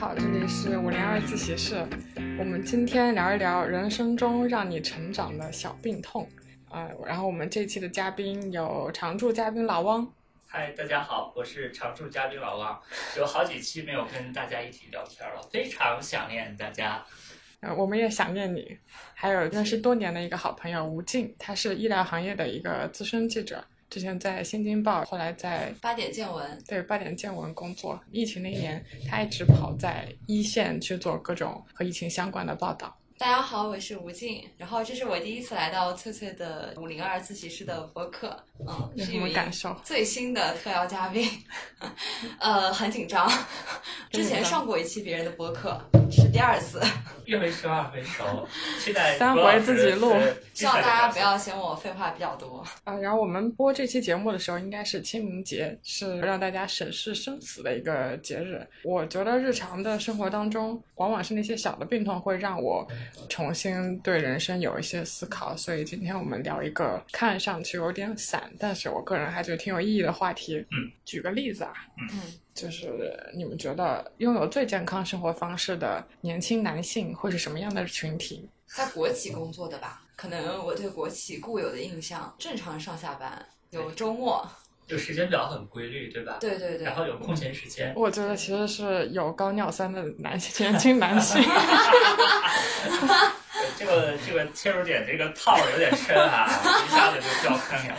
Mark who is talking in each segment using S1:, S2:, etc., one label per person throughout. S1: 好，这里是五零二自习室。我们今天聊一聊人生中让你成长的小病痛。呃，然后我们这期的嘉宾有常驻嘉宾老汪，
S2: 嗨，大家好，我是常驻嘉宾老王，有好几期没有跟大家一起聊天了，非常想念大家。
S1: 呃，我们也想念你。还有认识多年的一个好朋友吴静，他是医疗行业的一个资深记者，之前在《新京报》，后来在
S3: 八点见闻，
S1: 对八点见闻工作。疫情那一年，他一直跑在一线去做各种和疫情相关的报道。
S3: 大家好，我是吴静，然后这是我第一次来到翠翠的五零二自习室的播客，嗯，
S1: 有
S3: 是
S1: 什
S3: 一
S1: 么
S3: 位
S1: 感受？
S3: 最新的特邀嘉宾， 呃，很紧张，之前上过一期别人的播客，是第二次，
S2: 一回生，二 回熟，期待
S1: 三回自己录
S2: 罗老师是
S3: 希望大家
S2: 精彩的
S3: 不
S2: 表
S3: 要嫌我废话比较多。
S1: 啊，然后我们播这期节目的时候，应该是清明节，是让大家审视生死的一个节日。我觉得日常的生活当中，往往是那些小的病痛会让我重新对人生有一些思考。所以今天我们聊一个看上去有点散，但是我个人还觉得挺有意义的话题。
S2: 嗯，
S1: 举个例子啊，
S3: 嗯，
S1: 就是你们觉得拥有最健康生活方式的年轻男性会是什么样的群体？
S3: 在国企工作的吧，可能我对国企固有的印象，正常上下班，有周末，
S2: 达有时间表很规律，对吧？
S3: 对对对
S2: 然，后有空闲时间，
S1: 我觉得其实是有高尿酸的男性年轻男性。
S2: 这个这个切入点这个套儿有点深 啊，一下子就掉坑里了。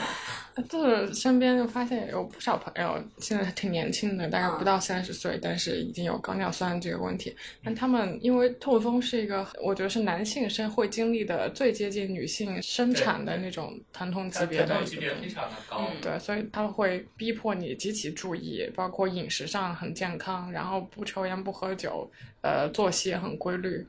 S1: 就是身边就发现有不少朋友现在挺年轻的，大概
S2: 啊
S1: 不到三十岁，但是已经有高尿酸这个问题。但他们因为痛风是一个，我觉得是男性身会经历的最接近女性生产的那种疼痛级
S2: 它
S1: 别
S2: 疼
S1: 的
S2: 痛
S1: 一
S2: 级
S1: 个
S2: 别
S1: 病
S2: 非常的高，
S3: 嗯
S1: 对，所以它会逼迫你极其注意，包括饮食上很健康，然后不抽烟不喝酒，呃，作息也很规律。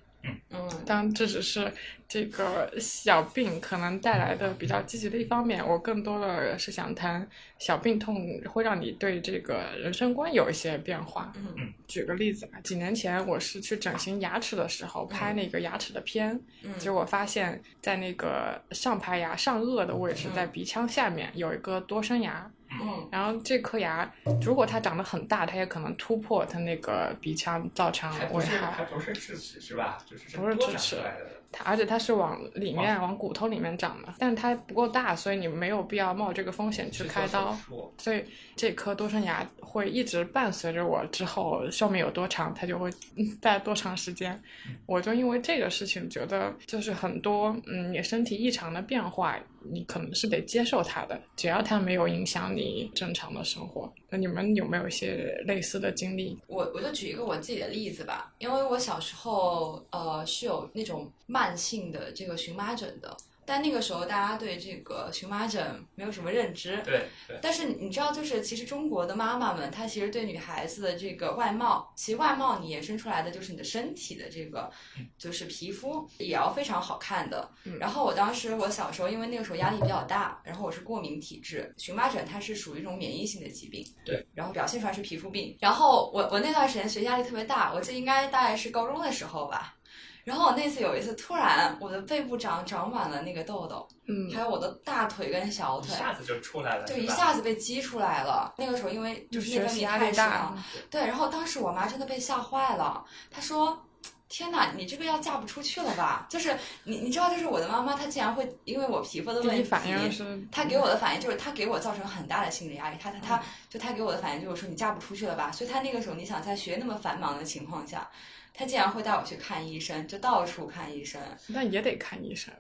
S3: 嗯，
S1: 当然，这只是这个小病可能带来的比较积极的一方面。我更多的是想谈小病痛会让你对这个人生观有一些变化。
S3: 嗯
S1: 举个例子吧，几年前我是去整形牙齿的时候拍
S2: 嗯
S1: 那个牙齿的片，
S3: 嗯，
S1: 结果发现在那个上排牙上颚的位置，
S2: 嗯
S1: 在鼻腔下面有一个多生牙。
S3: 嗯
S1: 然后这颗牙如果它长得很大，它也可能突破它那个鼻腔，造成
S2: 还不
S1: 危
S2: 是
S1: 害。
S2: 还不是智齿是吧？就是
S1: 不是
S2: 多
S1: 智
S2: 长
S1: 齿
S2: 出来的，
S1: 它而且它是往里面、往骨头里面长的，但是它不够大，所以你没有必要冒这个风险去
S2: 做
S1: 开刀
S2: 手。术
S1: 所以这颗多生牙会一直伴随着我，之后寿命有多长，它就会待多长时间。
S2: 嗯
S1: 我就因为这个事情，觉得就是很多嗯，你身体异常的变化，你可能是得接受它的，只要它没有影响你正常的生活。那你们有没有一些类似的经历？
S3: 我我就举一个我自己的例子吧，因为我小时候呃是有那种慢性的这个荨麻疹的，但那个时候大家对这个荨麻疹没有什么认知。
S2: 对对，
S3: 但是你知道，就是其实中国的妈妈们，她其实对女孩子的这个外貌，其实外貌你延伸出来的就是你的身体的这个，就是皮肤也要非常好看的。
S1: 嗯
S3: 然后我当时我小时候，因为那个时候压力比较大，然后我是过敏体质，荨麻疹它是属于一种免疫性的疾病，
S2: 对，
S3: 然后表现出来是皮肤病。然后我我那段时间学习压力特别大，我记得应该大概是高中的时候吧。然后我那次有一次突然我的背部长长满了那个痘痘，
S1: 嗯
S3: 还有我的大腿跟小
S2: 一
S3: 腿，
S2: 下子就出来了，
S3: 就是一
S2: 吧
S3: 下子被激出来了。那个时候因为就是内
S1: 学
S3: 分
S1: 习
S3: 泌
S1: 压
S3: 太
S1: 力大
S3: 少，，对。然后当时我妈真的被吓坏了，她说。天哪，你这个要嫁不出去了吧？就是你，你知道，就是我的妈妈，她竟然会因为我皮肤的
S1: 第
S3: 问
S1: 一
S3: 题，
S1: 反应是嗯
S3: 她给我的反应就是她给我造成很大的心理压力。她她她就她给我的反应就是说你嫁不出去了吧？所以她那个时候，你想在学业那么繁忙的情况下，她竟然会带我去看医生，就到处看医生。
S1: 那也得看医生。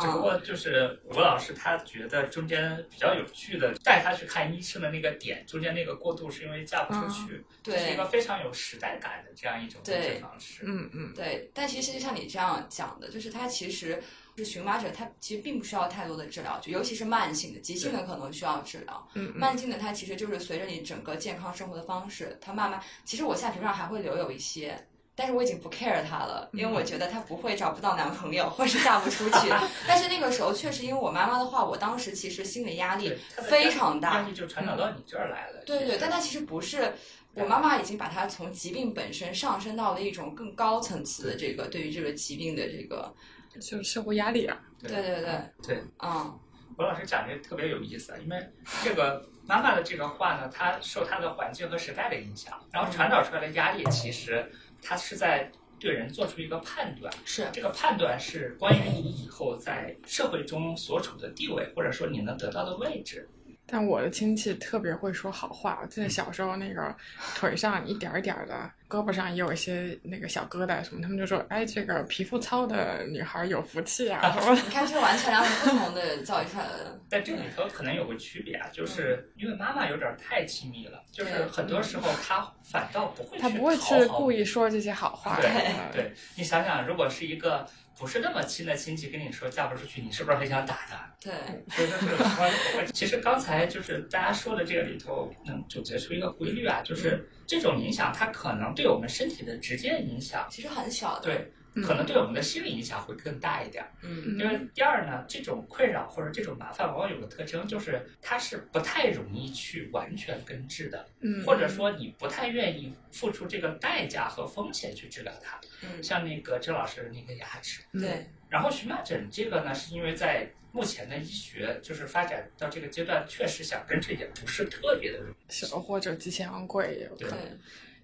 S2: 只不
S3: 嗯，
S2: 过就是吴老师他觉得中间比较有趣的，带他去看医生的那个点，中间那个过渡是因为嫁不出去，这是一
S3: 嗯对
S2: 个非常有时代感的这样一种
S3: 对
S2: 医治方式。
S1: 嗯嗯。
S3: 对。但其实就像你这样讲的，就是它其实就是荨麻疹，它其实并不需要太多的治疗，就尤其是慢性的，急性的可能需要治疗。
S1: 嗯嗯
S3: 慢性的它其实就是随着你整个健康生活的方式，它慢慢，其实我现在平常还会留有一些。但是我已经不 care 它了，因为我觉得它不会找不到男朋友，或是嫁不出去。但是那个时候确实，因为我妈妈的话，我当时其实心理压力
S2: 对他的
S3: 非常大，嗯
S2: 压力就传导到你这儿来了。
S3: 对
S2: 其
S3: 对，
S2: 实
S3: 但它其实不是，我妈妈已经把它从疾病本身上升到了一种更高层次的这个对于这个疾病的这个，
S2: 嗯
S1: 就是社会压力啊。
S3: 对对对，
S2: 对，
S3: 嗯
S2: 吴老师讲这个特别有意思，因为这个妈妈的这个话呢，她受她的环境和时代的影响，然后传导出来的压力其实。他是在对人做出一个判断，
S3: 是
S2: 这个判断是关于你以后在社会中所处的地位，或者说你能得到的位置。
S1: 但我的亲戚特别会说好话，我记
S2: 嗯
S1: 得小时候那个腿上一点儿一点儿的，胳膊上也有一些那个小疙瘩什么，他们就说：“哎，这个皮肤糙的女孩有福气啊什么的。
S3: 你看，这完全两种不同的教育出来的。
S2: 在这里头可能有个区别啊，
S1: 嗯
S2: 就是因为妈妈有点太亲密了，就是很多时候她反倒不会”去
S1: 他不会
S2: 讨
S1: 去
S2: 好
S1: 故意说这些好话，
S2: 对
S1: 呃
S2: 对，你想想，如果是一个不是那么亲的亲戚跟你说嫁不出去，你是不是很想打他？
S3: 对，
S2: 所以就是说， 其实刚才就是大家说的这个里头，嗯，总结出一个规律啊，就是这种影响它可能对我们身体的直接影响，
S3: 其实很小的。
S2: 对，可能对我们的心理影响会更大一点。
S3: 嗯，
S2: 因为第二呢，这种困扰或者这种麻烦往往有个特征，就是它是不太容易去完全根治的，
S1: 嗯，
S2: 或者说你不太愿意付出这个代价和风险去治疗它。
S3: 嗯，
S2: 像那个周老师那个牙齿，
S1: 嗯
S3: 对，
S2: 然后荨麻疹这个呢，是因为在目前的医学就是发展到这个阶段，确实想根治也不是特别的容易。
S1: 是或者极其昂贵也有可
S2: 对
S1: 能。
S3: 对，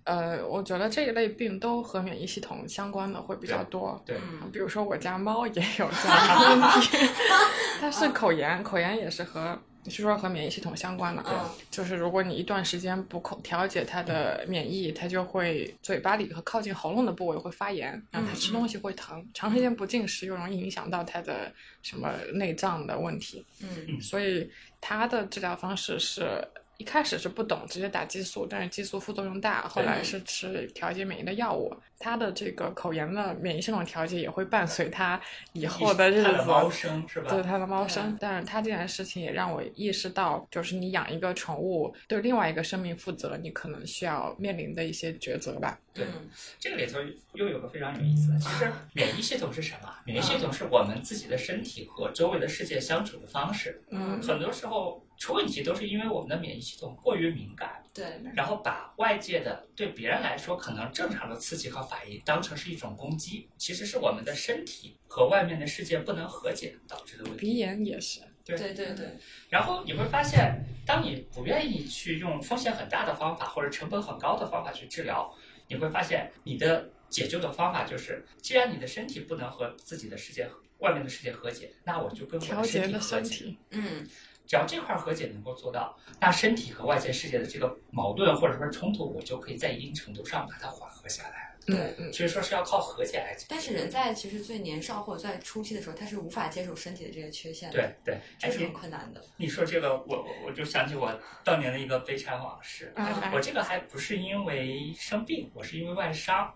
S1: 呃，我觉得这一类病都和免疫系统相关的会比较多。
S2: 对，
S3: 嗯，
S1: 比如说我家猫也有这样的问 题，它是口炎，口炎也是和你是说和免疫系统相关的啊。
S3: 嗯
S1: 就是如果你一段时间不控调节它的免疫，它就会嘴巴里和靠近喉咙的部位会发炎，然后它
S3: 嗯
S1: 吃东西会疼，长时间不进食又容易影响到它的什么内脏的问题。
S3: 嗯，
S1: 所以它的治疗方式是一开始是不懂，直接打激素，但是激素副作用大，后来是吃调节免疫的药物。它的这个口炎的免疫系统调节也会伴随它以后的日
S2: 它的猫
S1: 子。
S2: 生是吧？
S1: 对它的猫生，但是它这件事情也让我意识到，就是你养一个宠物，对另外一个生命负责，你可能需要面临的一些抉择吧。
S2: 对
S3: 嗯
S2: 这个里头又有个非常有意思的，其实免疫系统是什么？免疫系统是我们自己的身体和周围的世界相处的方式。
S1: 嗯
S2: 很多时候出问题都是因为我们的免疫系统过于敏感，
S3: 对，
S2: 然后把外界的对别人来说可能正常的刺激和反应当成是一种攻击，其实是我们的身体和外面的世界不能和解导致的问题。
S1: 鼻炎也是，
S3: 对，对，对，
S2: 然后你会发现，当你不愿意去用风险很大的方法或者成本很高的方法去治疗，你会发现你的解救的方法就是，既然你的身体不能和自己的世界、外面的世界和解，那我就跟我
S1: 调
S2: 的
S1: 节
S2: 身体
S1: 的
S2: 和
S1: 身
S2: 解。
S1: 体，
S3: 嗯，
S2: 只要这块和解能够做到，那身体和外界世界的这个矛盾或者说冲突，我就可以在一定程度上把它缓和下来。
S3: 对。
S1: 嗯
S2: 所以说是要靠和解来解决。
S3: 但是人在其实最年少或者在初期的时候，他是无法接受身体的这个缺陷的，
S2: 对对，
S3: 这是
S2: 哎
S3: 很困难的。
S2: 你说这个，我我我就想起我当年的一个悲惨往事。
S1: 嗯，
S3: 嗯
S2: 我这个还不是因为生病，我是因为外伤，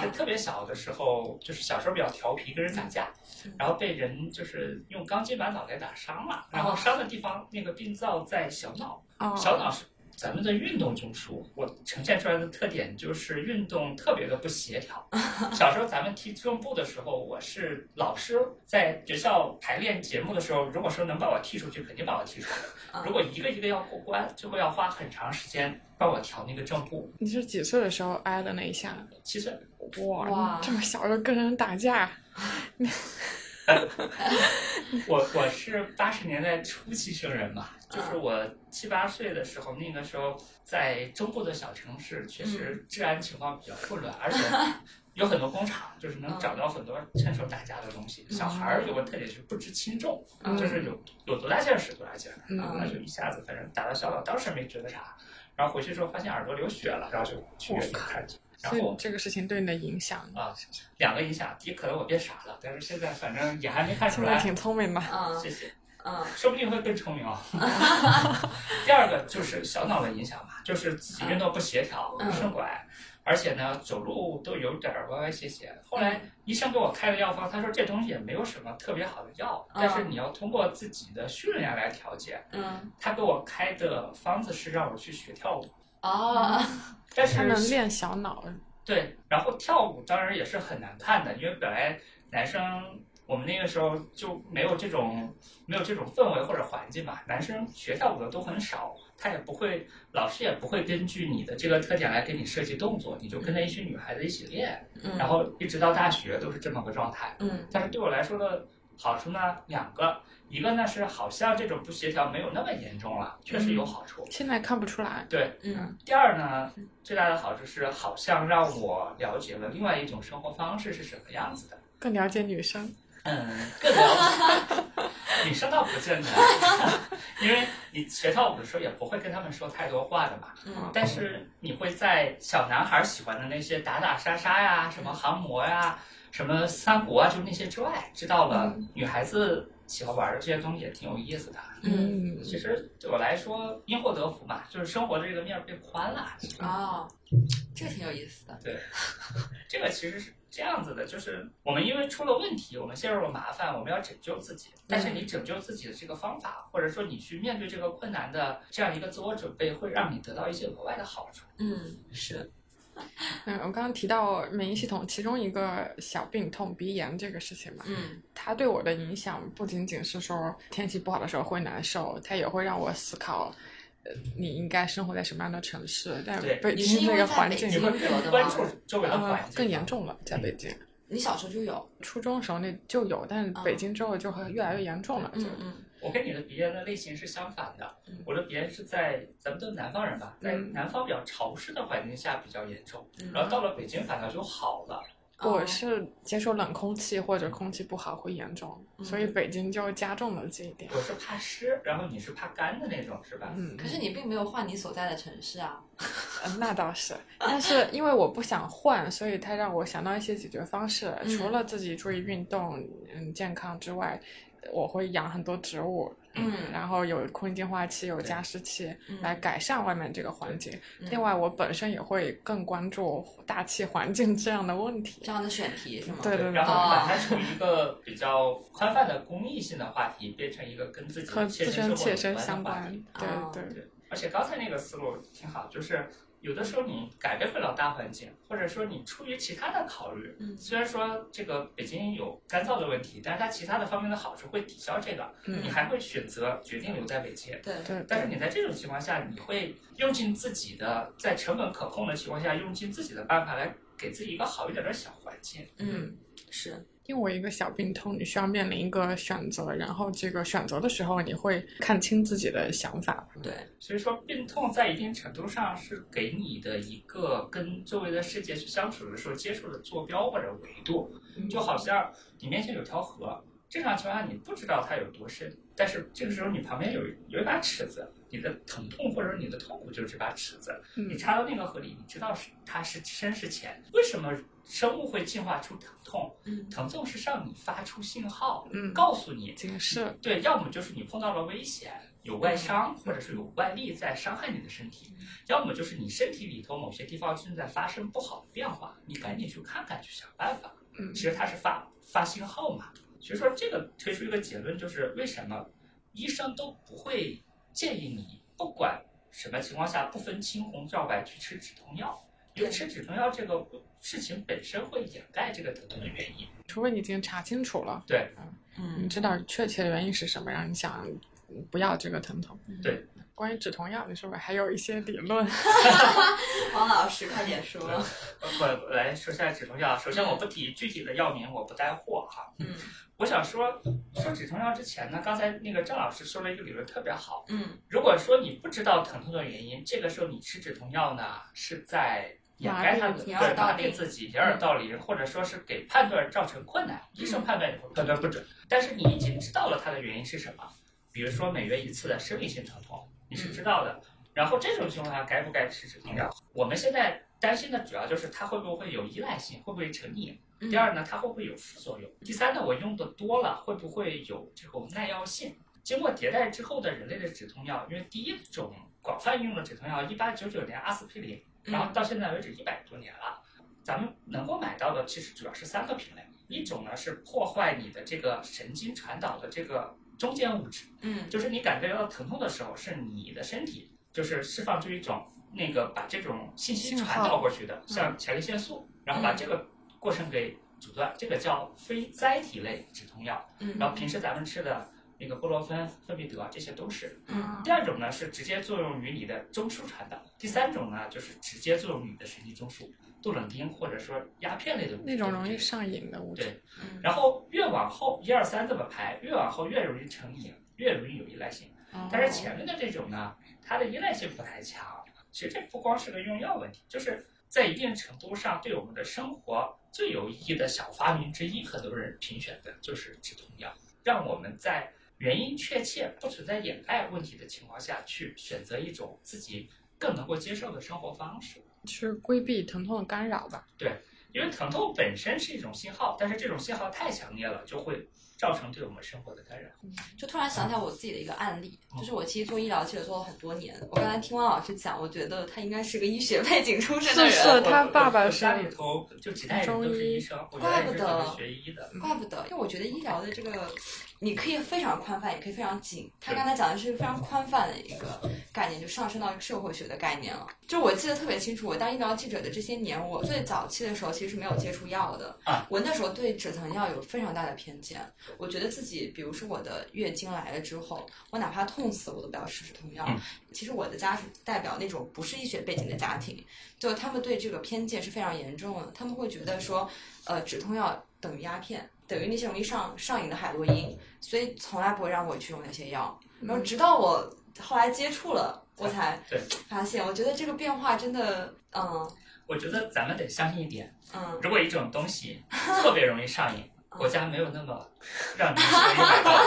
S2: 是
S3: 嗯，
S2: 特别小的时候，就是小时候比较调皮，跟人打架
S3: 嗯，
S2: 然后被人就是用钢筋把脑袋打伤了，然
S3: 哦
S2: 后伤的地方那个病灶在小脑，
S1: 啊，
S2: 小脑是。咱们的运动中枢，我呈现出来的特点就是运动特别的不协调。 小时候咱们踢俱乐部的时候，我是老师在学校排练节目的时候，如果说能把我踢出去，肯定把我踢出去。
S3: 嗯
S2: 如果一个一个要过关，最后要花很长时间帮我调那个正步。
S1: 你是几岁的时候挨的那一下？
S2: 其实
S1: 哇，
S3: 哇
S1: 你这么小就跟人打架，
S2: 我我是八十年代初期生人嘛，
S1: 嗯
S2: 就是我七八岁的时候，那个时候在中部的小城市，确实
S1: 嗯
S2: 治安情况比较混乱，而且有很多工厂，就是
S1: 嗯
S2: 能找到很多趁手打架的东西。小孩儿有个特点就是不知轻重，
S3: 嗯
S2: 就是有有多大劲儿使多大劲儿，
S1: 嗯
S2: 那就一下子反正打到小脑，当时没觉得啥，然后回去之后发现耳朵流血了，然后就去医院看去，然
S1: 所以
S2: 后
S1: 这个事情对你的影响
S2: 啊两个影响，第一可能我变傻了，但是现在反正也还没看出
S1: 现在
S2: 来，
S1: 挺聪明的。
S3: 嗯
S2: 谢谢。
S3: 嗯
S2: 说不定会更聪明哦。 第二个就是小脑的影响吧，就是自己运动不协调，
S3: 嗯
S2: 生拐，而且呢走路都有点儿歪歪斜斜。后来医生给我开了药方，他说这东西也没有什么特别好的药，
S3: 嗯
S2: 但是你要通过自己的训练来调节。
S3: 嗯，
S2: 他给我开的方子是让我去学跳舞，
S3: 哦，
S1: 他
S2: 但是
S1: 能练小脑，
S2: 对，然后跳舞当然也是很难看的，因为本来男生我们那个时候就没有这种没有这种氛围或者环境嘛，男生学跳舞的都很少，他也不会，老师也不会根据你的这个特点来给你设计动作，你就跟着一群女孩子一起练，
S3: 嗯，
S2: 然后一直到大学都是这么个状态。
S3: 嗯
S2: 但是对我来说呢，好处呢两个，一个呢是好像这种不协调没有那么严重了，确实有好处。
S1: 现在看不出来。
S2: 对，
S3: 嗯
S2: 第二呢，最大的好处是好像让我了解了另外一种生活方式是什么样子的。
S1: 更了解女生，
S2: 嗯，更了解 女生倒不见得， 因为你学跳舞的时候也不会跟他们说太多话的嘛。
S3: 嗯
S2: 但是你会在小男孩喜欢的那些打打杀杀呀、什么航模呀、什么三国啊，就是那些之外，知道了女孩子喜欢玩的这些东西也挺有意思的。
S3: 嗯
S1: 嗯，
S2: 其实对我来说，因祸得福嘛，就是生活的这个面儿变宽了。啊嗯
S3: 哦，这挺有意思的。
S2: 这个其实是这样子的，就是我们因为出了问题，我们陷入了麻烦，我们要拯救自己。但是你
S1: 嗯
S2: 拯救自己的这个方法，或者说你去面对这个困难的这样一个自我准备，会让你得到一些额外的好处。
S3: 嗯，是，
S1: 嗯，我刚刚提到免疫系统其中一个小病痛鼻炎这个事情嘛，
S3: 嗯
S1: 它对我的影响不仅仅是说天气不好的时候会难受，它也会让我思考，呃，你应该生活在什么样的城市，但
S2: 对
S1: 北
S3: 你是
S1: 京
S3: 因
S1: 这
S3: 为
S1: 个
S3: 在
S1: 环
S3: 北
S1: 境
S2: 你
S3: 京
S2: 会更关注周围的环
S1: 呃
S2: 境，
S1: 更严。重了，在北京。
S3: 你小时候就有，
S1: 初中时候那就有，但是北
S3: 嗯
S1: 京之后就会越来越严重了。就
S3: 嗯嗯
S2: 我跟你的鼻炎的类型是相反的
S3: 嗯，
S2: 我的鼻炎是在咱们都是南方人吧，在
S1: 嗯
S2: 南方比较潮湿的环境下比较严重，
S3: 嗯，
S2: 然后到了北京反倒就好了。
S1: 我
S3: 哦
S1: 是接受冷空气或者空气不好会严重，所以
S3: 嗯
S1: 北京就加重了这一点。
S2: 我是怕湿，然后你是怕干的那种，是吧？
S1: 嗯，
S3: 可是你并没有换你所在的城市啊。
S1: 嗯那倒是，但是因为我不想换，所以它让我想到一些解决方式，
S3: 嗯
S1: 除了自己注意运动、嗯健康之外，我会养很多植物，
S3: 嗯
S1: 然后有空气净化器、有
S2: 对
S1: 加湿器
S3: 嗯
S1: 来改善外面这个环境。
S3: 嗯
S1: 另外，我本身也会更关注大气环境这样的问题
S3: 这。样的选题是吗？
S1: 对对
S2: 然后你把
S3: 哦
S2: 它从一个比较宽泛的公益性的话题，变成一个跟自己
S1: 和
S2: 切
S1: 自
S2: 身
S1: 身切
S2: 生
S1: 身
S2: 活有
S1: 相
S2: 关的话
S1: 关
S2: 题。，
S1: 对
S3: 哦
S1: 对，
S2: 对，而且刚才那个思路挺好，就是有的时候你改变不了大环境，或者说你出于其他的考虑，
S3: 嗯
S2: 虽然说这个北京有干燥的问题，但是它其他的方面的好处会抵消这个，
S1: 嗯
S2: 你还会选择决定留在北京。
S3: 对，
S1: 对
S2: 但是
S1: 对，
S2: 你在这种情况下，你会用尽自己的，在成本可控的情况下，用尽自己的办法来给自己一个好一点的小环境。
S3: 嗯，是，
S1: 因为一个小病痛，你需要面临一个选择，然后这个选择的时候，你会看清自己的想法。
S2: 嗯
S3: 对，
S2: 所以说，病痛在一定程度上是给你的一个跟周围的世界去相处的时候接触的坐标或者维度，
S1: 嗯
S2: 就好像你面前有条河，正常情况下你不知道它有多深，但是这个时候你旁边有有一把尺子，你的疼痛或者说你的痛苦就是这把尺子，
S1: 嗯
S2: 你插到那个河里，你知道是它是深是浅。为什么生物会进化出疼痛？
S3: 嗯
S2: 疼痛是让你发出信号，
S1: 嗯
S2: 告诉你
S1: 警示，
S2: 对，要么就是你碰到了危险，有外伤，或者是有外力在伤害你的身体；要么就是你身体里头某些地方正在发生不好的变化，你赶紧去看看，去想办法。
S1: 嗯
S2: 其实它是发发信号嘛。所以说，这个推出一个结论就是，为什么医生都不会建议你，不管什么情况下，不分青红皂白去吃止痛药，因为
S3: 对
S2: 吃止痛药这个事情本身会掩盖这个疼痛的原因。
S1: 除非你已经查清楚了，
S2: 对，
S1: 你
S3: 嗯
S1: 知道确切的原因是什么，让你想不要这个疼痛。嗯
S2: 对，
S1: 关于止痛药，你是不是还有一些理论？
S3: 王老师快点说。
S2: 我我呃来说一下止痛药。首先，我不提具体的药名，我不带货哈。
S3: 嗯
S2: 我想说，说止痛药之前呢，刚才那个郑老师说了一个理论特别好。
S3: 嗯
S2: 如果说你不知道疼痛的原因，这个时候你吃止痛药呢，是在掩盖它
S1: 麻
S2: 的，
S1: 痹
S2: 对
S3: 掩耳，
S2: 麻
S3: 盗
S2: 痹
S3: 铃
S2: 自己，掩耳盗铃，或者说是给判断造成困难。
S1: 嗯
S2: 医生判断也会判断不准，但是你已经知道了它的原因是什么，比如说每月一次的生理性疼痛，你是知道
S1: 嗯
S2: 的。然后这种情况下该不该吃止痛药？我们现在担心的主要就是它会不会有依赖性，会不会成瘾？
S3: 嗯，
S2: 第二呢，它会不会有副作用？第三呢，我用的多了会不会有这种耐药性？经过迭代之后的人类的止痛药，因为第一种广泛应用的止痛药，一八九九年阿司匹林，然
S3: 嗯
S2: 后到现在为止一百多年了，咱们能够买到的其实主要是三个品类，一种呢是破坏你的这个神经传导的这个中间物质，
S3: 嗯
S2: 就是你感觉到疼痛的时候，是你的身体就是释放出一种那个把这种信息
S1: 信号嗯
S2: 传导过去的，像前列腺素，然后把这个过程给阻断，这个叫非甾体类止痛药。
S3: 嗯，
S2: 然后平时咱们吃的那个布洛芬、芬必得，这些都是。
S3: 嗯
S2: 第二种呢是直接作用于你的中枢传导，第三种呢就是直接作用于你的神经中枢，杜冷丁或者说鸦片类的物质
S1: 那种容易
S2: 都是这个
S1: 上瘾的物质
S2: 对。
S3: 嗯
S2: 然后越往后一二三这么排，越往后越容易成瘾，越容易有依赖性。但是
S1: 哦
S2: 前面的这种呢，它的依赖性不太强。其实这不光是个用药问题，就是在一定程度上对我们的生活最有意义的小发明之一，很多人评选的就是止痛药，让我们在原因确切、不存在掩盖问题的情况下去选择一种自己更能够接受的生活方式。
S1: 去规避疼痛的干扰吧。
S2: 因为疼痛本身是一种信号，但是这种信号太强烈了，就会造成对我们生活的干扰。
S3: 就突然想起来我自己的一个案例，
S2: 嗯
S3: 就是我其实做医疗其实做了很多年。我刚才听汪老师讲，我觉得他应该是个医学背景出身的人，
S1: 是是他
S2: 我
S1: 爸爸
S2: 我
S1: 是
S2: 家里头就几代人都是医生，我原来也是
S3: 怪
S2: 准
S3: 不
S2: 备
S3: 得
S2: 学医的。
S3: 怪不得，因为我觉得医疗的这个，你可以非常宽泛，也可以非常紧。他刚才讲的是非常宽泛的一个概念，就上升到一个社会学的概念了。就我记得特别清楚，我当医疗记者的这些年，我最早期的时候其实是没有接触药的
S2: 啊。
S3: 我那时候对止疼药有非常大的偏见，我觉得自己，比如说我的月经来了之后，我哪怕痛死我都不要吃止痛药。
S2: 嗯
S3: 其实我的家是代表那种不是医学背景的家庭，就他们对这个偏见是非常严重的，他们会觉得说，呃，止痛药等于鸦片，等于那些容易上上瘾的海洛因，所以从来不会让我去用那些药。然后直到我后来接触了，我才
S2: 对
S3: 发现，我觉得这个变化真的，嗯
S2: 我觉得咱们得相信一点，
S3: 嗯，
S2: 如果一种东西特别容易上瘾，国家没有那么让你随意买到，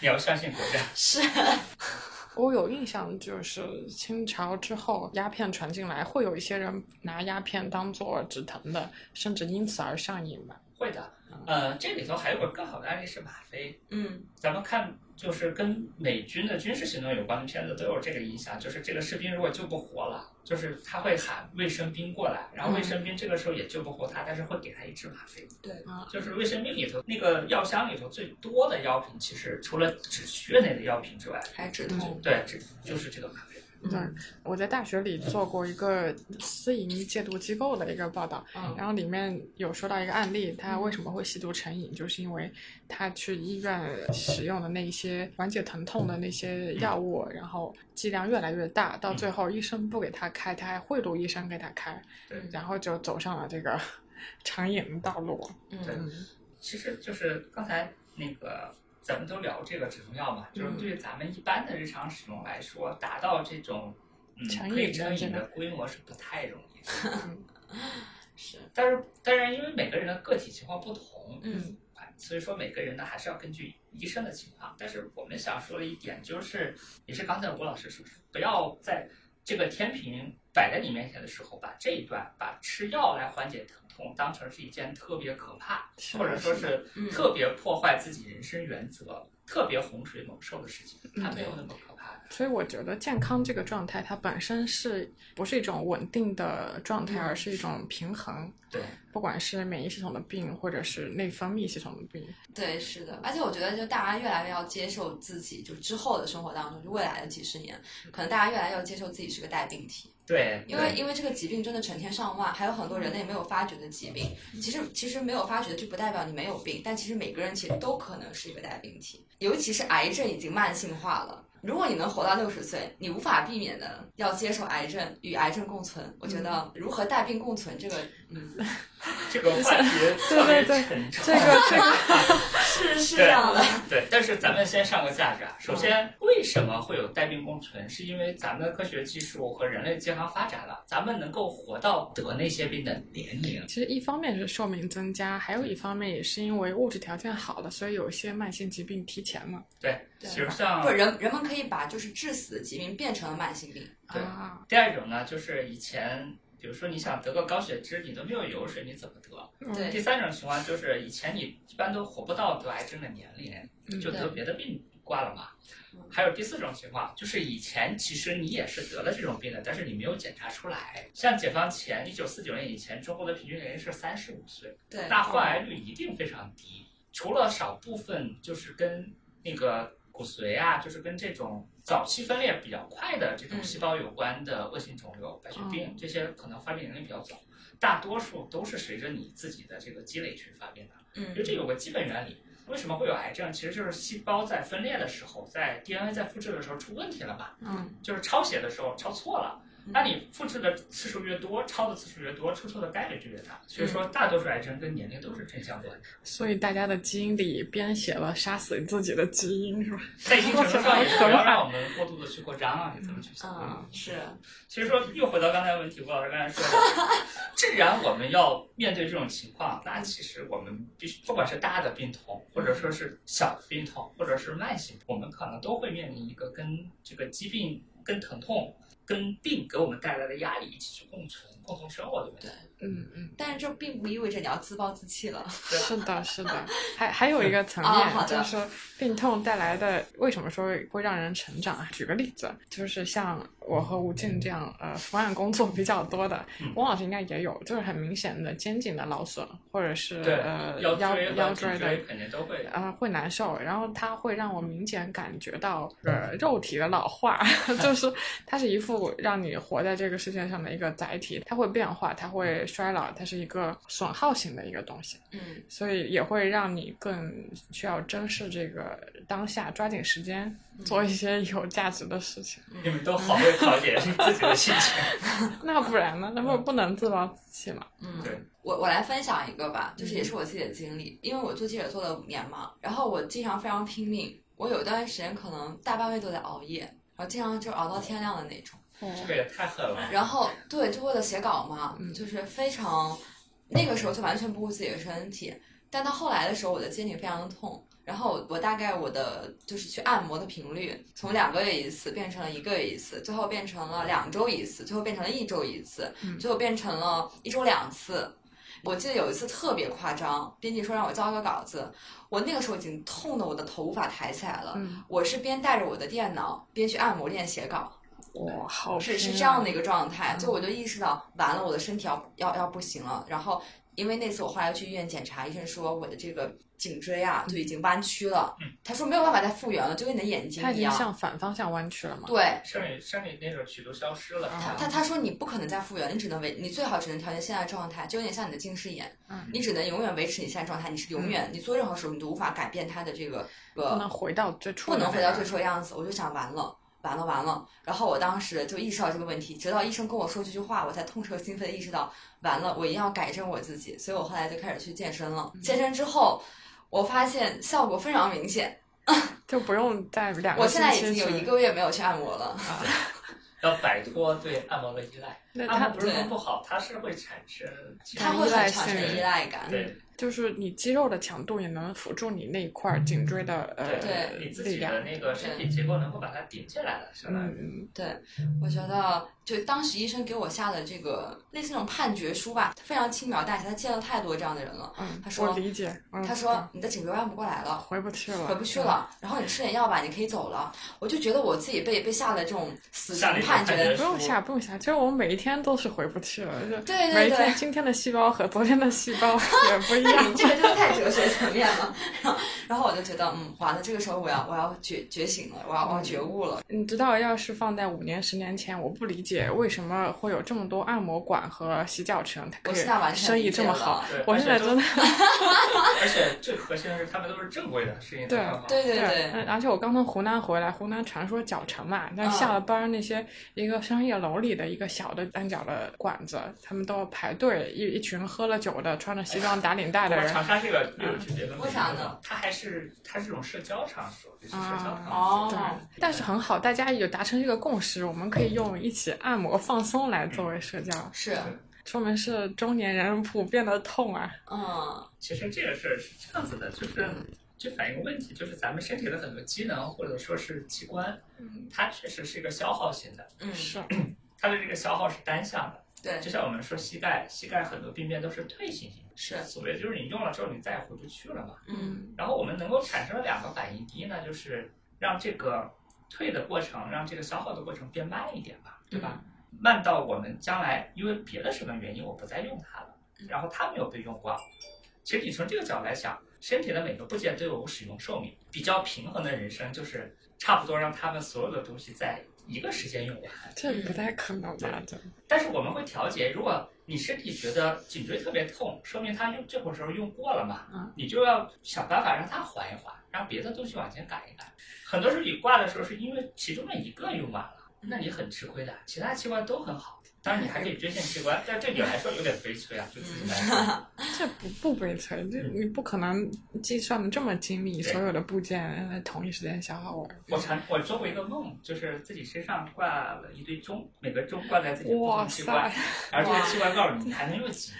S2: 你要相信国家。
S3: 是，
S1: 我有印象，就是清朝之后鸦片传进来，会有一些人拿鸦片当做止疼的，甚至因此而上瘾吧。
S2: 会的，呃，这里头还有个更好的案例是吗啡，
S3: 嗯
S2: 咱们看就是跟美军的军事行动有关的片子都有这个印象，就是这个士兵如果救不活了，就是他会喊卫生兵过来，然后卫生兵这个时候也救不活他，但是会给他一支吗啡。
S3: 对
S1: 啊
S2: 就是卫生兵里头那个药箱里头最多的药品，其实除了止血类的药品之外，
S3: 还止痛，
S2: 对，这就是这个吗啡。
S3: 嗯
S1: 对，我在大学里做过一个私营戒毒机构的一个报道，
S3: 嗯
S1: 然后里面有说到一个案例，他为什么会吸毒成瘾，就是因为他去医院使用的那一些缓解疼痛的那些药物，然后剂量越来越大，到最后医生不给他开，他还贿赂医生给他开
S2: 对，
S1: 然后就走上了这个 成瘾的道路。
S3: 嗯
S2: 对
S1: 嗯，
S2: 其实就是刚才那个咱们都聊这个止痛药嘛，就是对于咱们一般的日常使用来说，达到这种
S1: 成
S2: 嗯
S1: 瘾
S2: 可以
S1: 的
S2: 成
S1: 这
S2: 瘾
S1: 个
S2: 的规模是不太容易的。
S3: 是，
S2: 但是当然，因为每个人的个体情况不同，
S3: 嗯
S2: 啊，所以说每个人呢还是要根据医生的情况。但是我们想说的一点就是，也是刚才吴老师说的，不要在这个天平摆在你面前的时候，把这一段把吃药来缓解疼痛当成是一件特别可怕，
S1: 是的
S2: 或者说是
S3: 嗯
S2: 特别破坏自己人生原则、特别洪水猛兽的事情，它没有那么可怕的。
S1: 所以我觉得健康这个状态，它本身是不是一种稳定的状态，
S3: 嗯
S1: 而是一种平衡。
S2: 对，
S1: 不管是免疫系统的病，或者是内分泌系统的病，
S3: 对，是的，而且我觉得，就大家越来越要接受自己，就之后的生活当中，就未来的几十年，可能大家越来越要接受自己是个带病体，
S2: 对，
S3: 因为
S2: 对
S3: 因为这个疾病真的成千上万，还有很多人类没有发觉的疾病。其实其实没有发觉，就不代表你没有病，但其实每个人其实都可能是一个带病体，尤其是癌症已经慢性化了。如果你能活到六十岁，你无法避免的要接受癌症与癌症共存。我觉得如何带病共存这个，嗯，
S2: 这个话题特别
S1: 对对
S2: 沉重。
S1: 这个这个
S3: 是是
S2: 对
S3: 这样的，
S2: 对，但是咱们先上个价值啊。首先，为什么会有带病共存？是因为咱们的科学技术和人类健康发展了，咱们能够活到得那些病的年龄。
S1: 其实一方面是寿命增加，还有一方面也是因为物质条件好了，所以有一些慢性疾病提前了。
S2: 对，
S3: 对
S2: 其实像
S3: 不人人们可以把就是致死的疾病变成了慢性病。
S2: 对
S1: 啊，
S2: 第二种呢，就是以前。比如说，你想得个高血脂，你都没有油水，你怎么得？
S1: 嗯
S3: 对
S2: 第三种情况就是，以前你一般都活不到得癌症的年龄，
S1: 嗯
S2: 就得
S3: 对
S2: 别的病挂了嘛
S3: 嗯。
S2: 还有第四种情况，就是以前其实你也是得了这种病的，但是你没有检查出来。像解放前一九四九年以前，中国的平均年龄是三十五岁，
S3: 对，
S2: 那患癌率一定非常低。除了少部分就是跟那个骨髓啊，就是跟这种早期分裂比较快的这种
S3: 嗯哦
S2: 细胞有关的恶性肿瘤、白血病这些，可能发病年龄比较早，大多数都是随着你自己的这个积累去发病的。
S3: 嗯
S2: 因为这有个基本原理，为什么会有癌症？其实就是细胞在分裂的时候，在 DNA 在复制的时候出问题了吧？
S3: 嗯，
S2: 就是抄写的时候抄错了。
S3: 嗯
S2: 那你复制的次数越多，抄的次数越多，出错的概率就越大。所以
S3: 嗯
S2: 说，大多数癌症跟年龄都是正相关的，
S1: 所以大家的基因里编写了杀死自己的基因，是吧？
S2: 在一定程度 上也是不要让我们过度的去扩张啊，你怎么去想？
S3: 嗯，是，
S2: 其实说又回到刚才的问题，吴老师刚才说的， 既然我们要面对这种情况，那其实我们必须，不管是大的病痛，或者说是小的病痛，或者是慢性，我们可能都会面临一个跟这个疾病、跟疼痛、跟病给我们带来的压力一起去共存、共同生活的问题。
S1: 嗯嗯，
S3: 但是这并不意味着你要自暴自弃了。
S2: 对
S1: 是 的，是的。还还有一个层
S2: 哦
S3: 啊好
S1: 面，
S3: 的
S1: 就是说病痛带来的为什么说会让人成长啊？举个例子，就是像我和吴静这样，呃，伏案工作比较多的
S2: 嗯，
S1: 汪老师应该也有，就是很明显的肩颈的劳损，或者是
S2: 对
S1: 呃
S2: 腰
S1: 腰
S2: 椎和
S1: 腰
S2: 颈
S1: 椎的
S2: 椎肯定都会
S1: 啊、会难受，然后它会让我明显感觉到呃肉体的老化， 就是它是一副让你活在这个世界上的一个载体，它会变化，它会衰老，它是一个损耗型的一个东西，
S3: 嗯
S1: 所以也会让你更需要珍视这个当下，抓紧时间
S3: 嗯
S1: 做一些有价值的事情。
S2: 你们都好会 调节自己的心情。
S1: 那不然呢？那不不能自暴自弃嘛？
S3: 嗯，
S2: 对，
S3: 我我来分享一个吧，就是也
S1: 嗯
S3: 是我自己的经历，因为我做记者做了五年嘛，然后我经常非常拼命，我有一段时间可能大半夜都在熬夜，然后经常就熬到天亮的那种。
S2: 这个也太狠了。
S3: 然后对，就为了写稿嘛，
S1: 嗯
S3: 就是非常那个时候就完全不顾自己的身体，但到后来的时候，我的肩颈非常痛。然后我大概我的就是去按摩的频率，从两个月一次变成了一个月一次，最后变成了两周一次，最后变成了一周一次，
S1: 嗯
S3: 最后变成了一周两次。我记得有一次特别夸张，编辑说让我交一个稿子，我那个时候已经痛的我的头无法抬起来了。
S1: 嗯，
S3: 我是边带着我的电脑边去按摩练写稿，
S1: 哇，好
S3: 哦是是
S1: 拼
S3: 这样
S1: 啊
S3: 的一个状态，就我就意识到，完了，我的身体要要要不行了。然后因为那次我后来去医院检查，医生说我的这个颈椎啊就已经弯曲了
S2: 嗯，
S3: 他说没有办法再复原了，就跟你的眼睛
S1: 它已
S3: 一
S1: 经
S3: 样。
S1: 向反方向弯曲了嘛？
S3: 对
S2: 生理生理那种曲度消失了，
S3: 他，
S1: 啊
S3: 他他说你不可能再复原，你只能维，你最好只能调节现在的状态，就有点像你的近视眼
S1: 嗯，
S3: 你只能永远维持你现在状态，你是永远你做任何手术你都无法改变它的这个
S1: 不
S3: 呃
S1: 能回到最初的
S3: 不
S1: 那
S3: 能
S1: 个，
S3: 回到最初的样子，我就想完了。完了完了，然后我当时就意识到这个问题，直到医生跟我说这句话，我才痛彻心扉地意识到，完了，我一定要改正我自己。所以我后来就开始去健身
S1: 嗯
S3: 了。健身之后，我发现效果非常明显。
S1: 就不用再两
S3: 我
S1: 个
S3: 现
S1: 星
S3: 在已
S1: 期
S3: 经有
S1: 去
S3: 一个月没有去按摩了。
S2: 要摆脱对按摩的依赖。
S1: 那
S3: 啊
S2: 按摩
S1: 它
S2: 不是说
S3: 对
S2: 不好，它是会产生其实
S1: 它
S3: 它会
S1: 依赖
S3: 很产生
S2: 性
S3: 依赖感。
S2: 对
S1: 就是你肌肉的强度也能辅助你那一块儿颈椎的呃
S3: 对
S2: 你自
S1: 力
S2: 己的
S1: 量。
S2: 那个身体结构能够把它顶起来了，相当于。
S1: 嗯，
S3: 我觉得，就当时医生给我下的这个类似那种判决书吧，非常轻描淡写。他见了太多这样的人了。
S1: 嗯
S3: 他说
S1: 我理解。嗯
S3: 他说：“你的颈椎弯不过来了
S1: 嗯，回不去了，
S3: 回不去了，然后你吃点药吧，你可以走了。我就觉得我自己被被下了这种死刑
S2: 下了一种
S3: 判
S1: 嗯。
S2: 判决
S3: 决，
S1: 不用下，不用下，就是我们每一天都是回不去了，就
S3: 对
S1: 每
S3: 对
S1: 一天
S3: 对。
S1: 今天的细胞和昨天的细胞 也不一样。
S3: 这个真的太哲学层面了，然后我就觉得，嗯，完了，这个时候我要我要觉觉醒了，我要
S1: 嗯
S3: 我要觉悟了，
S1: 你知道，要是放在五年、十年前，我不理解为什么会有这么多按摩馆和洗脚城，它
S3: 我
S1: 可
S3: 现在完
S1: 以
S3: 全
S1: 生
S3: 理
S1: 意
S3: 解
S1: 这么好。
S3: 了，
S2: 对，
S1: 我现在真的
S2: 而且最核心的是，他们都是正规的，是因为
S1: 对
S2: 它好
S3: 对对对，
S1: 嗯而且我刚从湖南回来，湖南传说脚城嘛，但是下
S3: 嗯
S1: 了班儿那些一个商业楼里的一个小的单脚的馆子，他们都要排队，一一群喝了酒的、穿着西装打领带
S2: 不
S1: 的
S2: 过
S1: 人。
S2: 长沙这个又有区别了，
S3: 为啥呢？
S2: 它还是它是这种社交场所，就是社交场所。
S3: 哦
S1: 对，但是很好，大家有达成这个共识，我们可以用一起按摩放松来作为社交，
S3: 是，
S1: 说明是中年人普遍的痛啊。
S3: 嗯，
S2: 其实这个事儿是这样子的，就是就反映个问题，就是咱们身体的很多机能或者说是器官，它确实是一个消耗型的，
S3: 嗯，
S1: 是，
S2: 它的这个消耗是单向的。
S3: 对，
S2: 就像我们说膝盖，膝盖很多病变都是退行性，
S3: 是，
S2: 所谓就是你用了之后你再也回不去了嘛。
S3: 嗯，
S2: 然后我们能够产生两个反应，第一呢就是让这个退的过程，让这个消耗的过程变慢一点吧，对吧？慢到我们将来因为别的什么原因我不再用它了，然后它没有被用光。其实你从这个角度来想，身体的每个部件都有使用寿命，比较平衡的人生就是差不多让他们所有的东西在一个时间用完。
S1: 这不太可能吧？这
S2: 但是我们会调节，如果你身体觉得颈椎特别痛，说明它用这会儿时候用过了嘛，
S1: 嗯
S2: 你就要想办法让它缓一缓，让别的东西往前赶一赶。很多时候你挂的时候是因为其中的一个用完了，那你很吃亏的，其他器官都很好。当然你还可以捐献器官，但对你来说有点悲催啊，对自己来说。
S1: 这不不悲催，这
S2: 嗯
S1: 你不可能计算的这么精密，
S2: 对
S1: 所有的部件在同一时间消耗完。
S2: 我常我做过一个梦，就是自己身上挂了一堆钟，每个钟挂在自己的不同器官
S1: 哇，
S2: 然后这个器官告诉你你还能用几年。